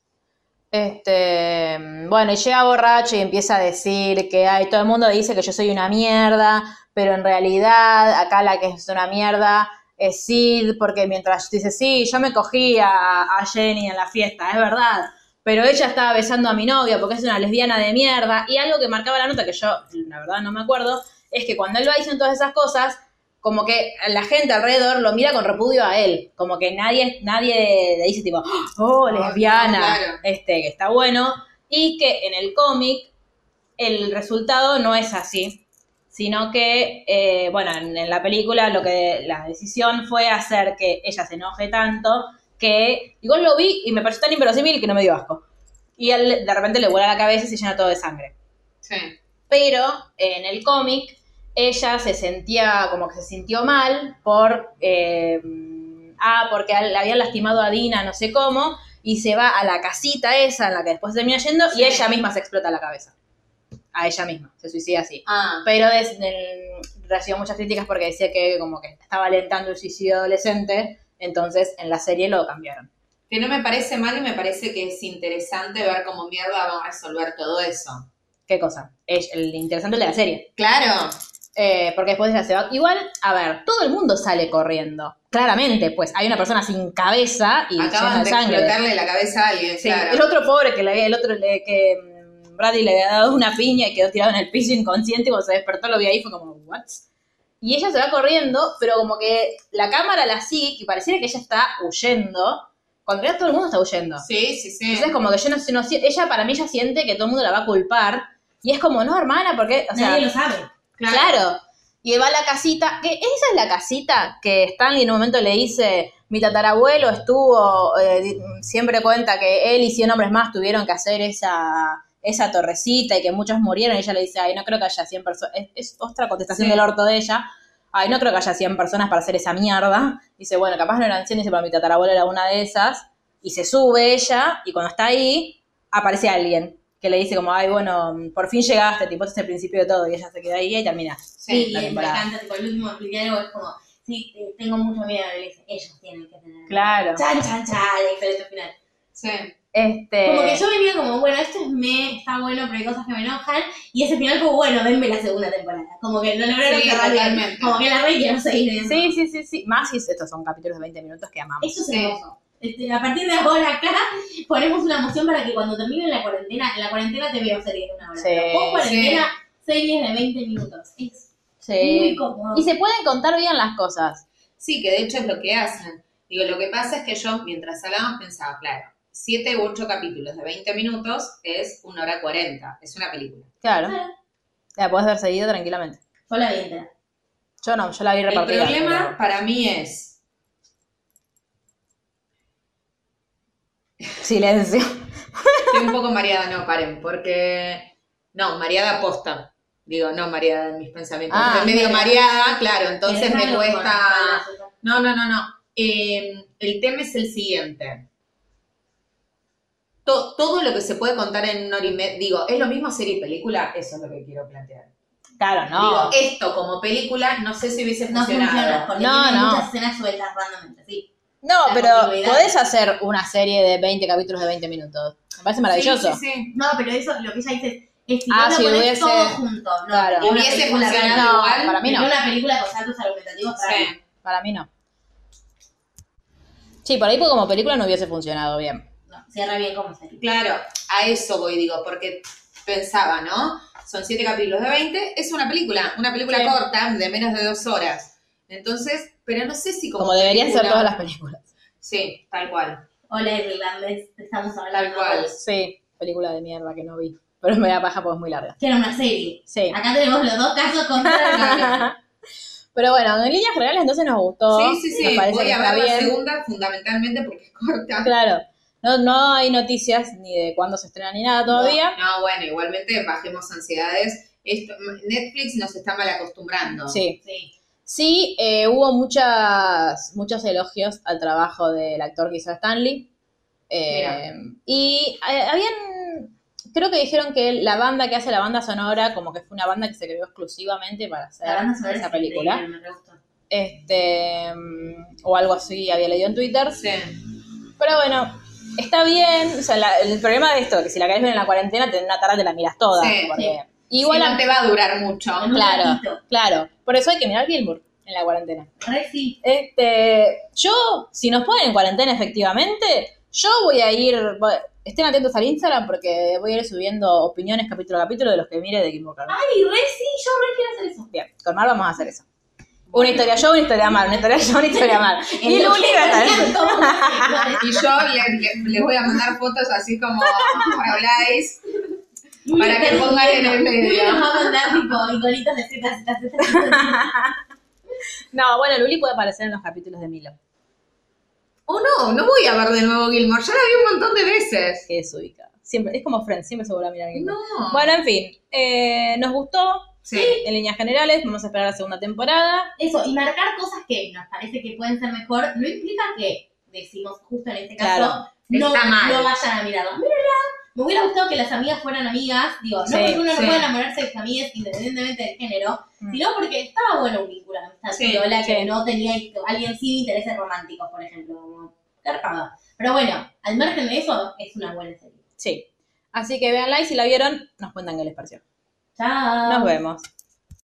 [SPEAKER 4] Este, bueno, y llega borracho y empieza a decir que ay, todo el mundo dice que yo soy una mierda, pero en realidad acá la que es una mierda es Sid, porque mientras dice, sí, yo me cogí a, a Jenny en la fiesta, es verdad, pero ella estaba besando a mi novia porque es una lesbiana de mierda. Y algo que marcaba la nota, que yo la verdad no me acuerdo, es que cuando él va diciendo todas esas cosas, como que la gente alrededor lo mira con repudio a él, como que nadie, nadie le dice tipo, oh, lesbiana,
[SPEAKER 5] claro.
[SPEAKER 4] este, que está bueno, y que en el cómic el resultado no es así, sino que, eh, bueno, en, en la película lo que la decisión fue hacer que ella se enoje tanto que igual lo vi y me pareció tan inverosímil que no me dio asco. Y él de repente le vuela la cabeza y se llena todo de sangre.
[SPEAKER 5] Sí.
[SPEAKER 4] Pero en el cómic ella se sentía como que se sintió mal por... eh, ah, porque le habían lastimado a Dina, no sé cómo, y se va a la casita esa en la que después termina yendo
[SPEAKER 5] Sí.
[SPEAKER 4] y ella misma se explota la cabeza. A ella misma, se suicida así.
[SPEAKER 5] Ah,
[SPEAKER 4] Pero es- el- recibió muchas críticas porque decía que como que estaba alentando el suicidio adolescente, entonces en la serie lo cambiaron.
[SPEAKER 5] que no me parece mal y me parece que es interesante ver cómo mierda van a resolver todo eso.
[SPEAKER 4] ¿Qué cosa? Es el interesante de la serie.
[SPEAKER 5] Claro.
[SPEAKER 4] Eh, porque después de la ciudad, igual, a ver, todo el mundo sale corriendo. Claramente, pues hay una persona sin cabeza y llena
[SPEAKER 5] Acaban
[SPEAKER 4] de
[SPEAKER 5] de
[SPEAKER 4] sangre.
[SPEAKER 5] explotarle la cabeza a alguien,
[SPEAKER 4] Sí,
[SPEAKER 5] claro.
[SPEAKER 4] El otro pobre que le había, el otro le- que mm, Brady le había dado una piña y quedó tirado en el piso inconsciente y cuando se despertó lo vi ahí fue como, ¿what? Y ella se va corriendo, pero como que la cámara la sigue y pareciera que ella está huyendo, cuando en realidad todo el mundo está huyendo.
[SPEAKER 5] Sí, sí, sí.
[SPEAKER 4] Entonces como que yo no, sé, no sé, ella para mí ella siente que todo el mundo la va a culpar y es como, no hermana, porque, o sea,
[SPEAKER 6] Nadie lo sabe.
[SPEAKER 5] Claro.
[SPEAKER 4] Claro. Y va a la casita, que esa es la casita que Stanley en un momento le dice, mi tatarabuelo estuvo, eh, di- siempre cuenta que él y 100 hombres más tuvieron que hacer esa, esa torrecita y que muchos murieron. Y ella le dice, ay, no creo que haya 100 personas. Es, es otra contestación
[SPEAKER 5] Sí.
[SPEAKER 4] del orto de ella. Ay, Ah, no creo que haya 100 personas para hacer esa mierda. Dice, bueno, capaz no eran 100, dice, pero mi tatarabuelo era una de esas. Y se sube ella y cuando está ahí, aparece alguien que le dice como, ay, bueno, por fin llegaste, tipo, este es el principio de todo. Y ella se queda ahí y termina.
[SPEAKER 5] Sí,
[SPEAKER 6] Sí, y
[SPEAKER 4] la
[SPEAKER 6] me
[SPEAKER 4] temporada.
[SPEAKER 6] encanta, tipo, el último diálogo es como, sí, eh, tengo mucho miedo, le dice, ellos tienen que tener. miedo.
[SPEAKER 4] Claro.
[SPEAKER 6] Chan, chan, chan, excelente final.
[SPEAKER 5] Sí.
[SPEAKER 4] Este,
[SPEAKER 6] Como que yo venía como, bueno, esto es me, está bueno, pero hay cosas que me enojan. Y ese final fue, bueno, denme la segunda temporada. Como que no lograron
[SPEAKER 5] Sí,
[SPEAKER 6] cerrar bien.
[SPEAKER 5] totalmente.
[SPEAKER 6] Como que la rey quiero seguir viendo.
[SPEAKER 4] Sí, sí, sí, sí. Más si estos son capítulos de 20 minutos que amamos.
[SPEAKER 6] Eso es
[SPEAKER 5] Sí.
[SPEAKER 6] hermoso. Este, a partir de ahora acá ponemos una moción para que cuando termine la cuarentena, en la cuarentena te veo series de una hora.
[SPEAKER 4] Sí,
[SPEAKER 6] pero post cuarentena, series de 20 minutos. Es muy
[SPEAKER 4] Sí.
[SPEAKER 6] cómodo.
[SPEAKER 4] Y se pueden contar bien las cosas.
[SPEAKER 5] Sí, que de hecho es lo que hacen. Digo, lo que pasa es que yo, mientras hablábamos, pensaba, claro, 7 u 8 capítulos de 20 minutos es una hora 40. Es una película.
[SPEAKER 4] Claro.
[SPEAKER 6] Claro.
[SPEAKER 4] La podés ver seguido tranquilamente.
[SPEAKER 6] Yo la vi entera.
[SPEAKER 4] Yo no, yo la vi
[SPEAKER 5] El
[SPEAKER 4] repartida.
[SPEAKER 5] problema
[SPEAKER 4] pero-
[SPEAKER 5] para mí es.
[SPEAKER 4] Silencio.
[SPEAKER 5] Estoy un poco mareada, no, paren, porque. No, mareada posta. Digo, no mareada en mis pensamientos.
[SPEAKER 4] Ah,
[SPEAKER 5] Estoy medio
[SPEAKER 6] bueno.
[SPEAKER 5] mareada, claro, entonces
[SPEAKER 6] Déjalo
[SPEAKER 5] me
[SPEAKER 6] con-
[SPEAKER 5] cuesta.
[SPEAKER 6] con la-
[SPEAKER 5] No, no, no, no. Eh, el tema es el siguiente. To- todo lo que se puede contar en una hora y media, digo, es lo mismo serie y película, eso es lo que quiero plantear.
[SPEAKER 4] Claro, no.
[SPEAKER 5] Digo, esto como película, no sé si hubiese
[SPEAKER 6] No funciona,
[SPEAKER 5] funcionado.
[SPEAKER 6] porque
[SPEAKER 4] No,
[SPEAKER 6] tiene
[SPEAKER 4] no.
[SPEAKER 6] muchas escenas sueltas randommente, sí.
[SPEAKER 4] no,
[SPEAKER 6] la
[SPEAKER 4] pero
[SPEAKER 6] continuidad.
[SPEAKER 4] podés hacer una serie de 20 capítulos de 20 minutos. Me parece maravilloso.
[SPEAKER 5] Sí, sí, sí.
[SPEAKER 6] No, pero eso, lo que ella dice es, es si
[SPEAKER 4] Ah,
[SPEAKER 6] vos
[SPEAKER 4] si
[SPEAKER 6] lo ponés
[SPEAKER 4] hubiese-
[SPEAKER 6] todo junto. No,
[SPEAKER 4] Claro.
[SPEAKER 6] en una
[SPEAKER 5] Hubiese
[SPEAKER 6] película
[SPEAKER 5] funcionado
[SPEAKER 6] random.
[SPEAKER 5] igual,
[SPEAKER 4] Para mí no.
[SPEAKER 6] En una película con saltos argumentativos
[SPEAKER 5] Sí.
[SPEAKER 6] raros.
[SPEAKER 4] Para mí no. Sí, por ahí pues, como película no hubiese funcionado bien.
[SPEAKER 6] No, cierra bien como serie.
[SPEAKER 5] Claro, a eso voy, digo, porque pensaba, ¿no? Son siete capítulos de 20, es una película, una película
[SPEAKER 4] Sí.
[SPEAKER 5] corta, de menos de dos horas. Entonces, pero no sé si como.
[SPEAKER 4] Como deberían ser
[SPEAKER 5] película-
[SPEAKER 4] todas las películas.
[SPEAKER 5] Sí, tal cual,
[SPEAKER 6] Hola, irlandés, te estamos hablando.
[SPEAKER 5] tal cual.
[SPEAKER 4] Sí, película de mierda que no vi. Pero me da paja porque es muy larga.
[SPEAKER 6] Que era una serie.
[SPEAKER 4] Sí.
[SPEAKER 6] Acá tenemos los dos casos contrarios.
[SPEAKER 4] [laughs] Pero bueno, en líneas generales entonces nos gustó.
[SPEAKER 5] Sí, sí, sí.
[SPEAKER 4] Nos parece
[SPEAKER 5] Voy
[SPEAKER 4] que
[SPEAKER 5] a
[SPEAKER 4] está
[SPEAKER 5] ver la
[SPEAKER 4] bien.
[SPEAKER 5] segunda fundamentalmente porque es corta.
[SPEAKER 4] Claro. No, no hay noticias ni de cuándo se estrena ni nada todavía.
[SPEAKER 5] No, no, bueno, igualmente bajemos ansiedades. Esto- Netflix nos está mal acostumbrando.
[SPEAKER 4] Sí.
[SPEAKER 6] sí.
[SPEAKER 4] Sí, eh, hubo muchas, muchos elogios al trabajo del actor que hizo a Stanley. Eh, y eh, habían. Creo que dijeron que la banda que hace la banda sonora, como que fue una banda que se creó exclusivamente para hacer
[SPEAKER 6] La banda sonora
[SPEAKER 4] esa
[SPEAKER 6] es
[SPEAKER 4] película.
[SPEAKER 6] increíble, me re gustó.
[SPEAKER 4] Este. mm, O algo así, había leído en Twitter.
[SPEAKER 5] Sí.
[SPEAKER 4] Pero bueno, está bien. O sea, la- el problema de esto, que si la querés ver en la cuarentena, te- en una tarde te la miras toda.
[SPEAKER 5] Sí,
[SPEAKER 4] porque-
[SPEAKER 5] Igual
[SPEAKER 4] Igual,
[SPEAKER 5] no te va a durar mucho.
[SPEAKER 6] En un
[SPEAKER 4] Claro.
[SPEAKER 6] ratito.
[SPEAKER 4] claro. Por eso hay que mirar Gilmour en la cuarentena.
[SPEAKER 6] Re sí.
[SPEAKER 4] Este, yo, si nos ponen en cuarentena efectivamente, yo voy a ir, voy- estén atentos al Instagram porque voy a ir subiendo opiniones capítulo a capítulo de los que mire de Gilmour Girls.
[SPEAKER 6] Ay, re sí, yo re quiero hacer eso.
[SPEAKER 4] Bien, con Mar vamos a hacer eso. Una historia yo, una historia mal, una historia yo, una historia [laughs] mal. Y
[SPEAKER 6] El
[SPEAKER 4] Luli va a estar.
[SPEAKER 6] Vale.
[SPEAKER 5] Y yo le- le- les voy a mandar fotos así como habláis. Para que
[SPEAKER 6] Luli
[SPEAKER 5] pongan en el medio.
[SPEAKER 6] Nos va a mandar tipo iconitas de tetas, tetas, tetas, tetas.
[SPEAKER 4] No, bueno, Luli puede aparecer en los capítulos de Milo.
[SPEAKER 5] Oh no, no voy a ver de nuevo Gilmore, ya la vi un montón de veces.
[SPEAKER 4] que desubicada. Siempre, es como Friends, siempre se vuelve a mirar. Gilmore.
[SPEAKER 5] No.
[SPEAKER 4] Bueno, en fin, eh, nos gustó
[SPEAKER 5] sí.
[SPEAKER 4] en líneas generales, vamos a esperar la segunda temporada.
[SPEAKER 6] Eso, y marcar cosas que nos parece que pueden ser mejor, no implica que, decimos justo en este caso,
[SPEAKER 4] Claro,
[SPEAKER 6] no,
[SPEAKER 5] está mal.
[SPEAKER 6] no vayan a mirarla. Mírenla. Me hubiera gustado que las amigas fueran amigas, digo, no
[SPEAKER 4] Sí,
[SPEAKER 6] porque uno
[SPEAKER 5] sí.
[SPEAKER 6] no puede enamorarse de sus amigas independientemente del género,
[SPEAKER 4] Mm.
[SPEAKER 6] sino porque estaba bueno un vínculo de amistad
[SPEAKER 5] Sí,
[SPEAKER 6] piola
[SPEAKER 4] sí.
[SPEAKER 6] que no tenía esto, alguien sin intereses románticos, por ejemplo, como carpaba. Pero bueno, al margen de eso, es una buena serie.
[SPEAKER 4] Sí. Así que véanla y si la vieron, nos cuentan qué les pareció.
[SPEAKER 6] Chao.
[SPEAKER 4] Nos vemos.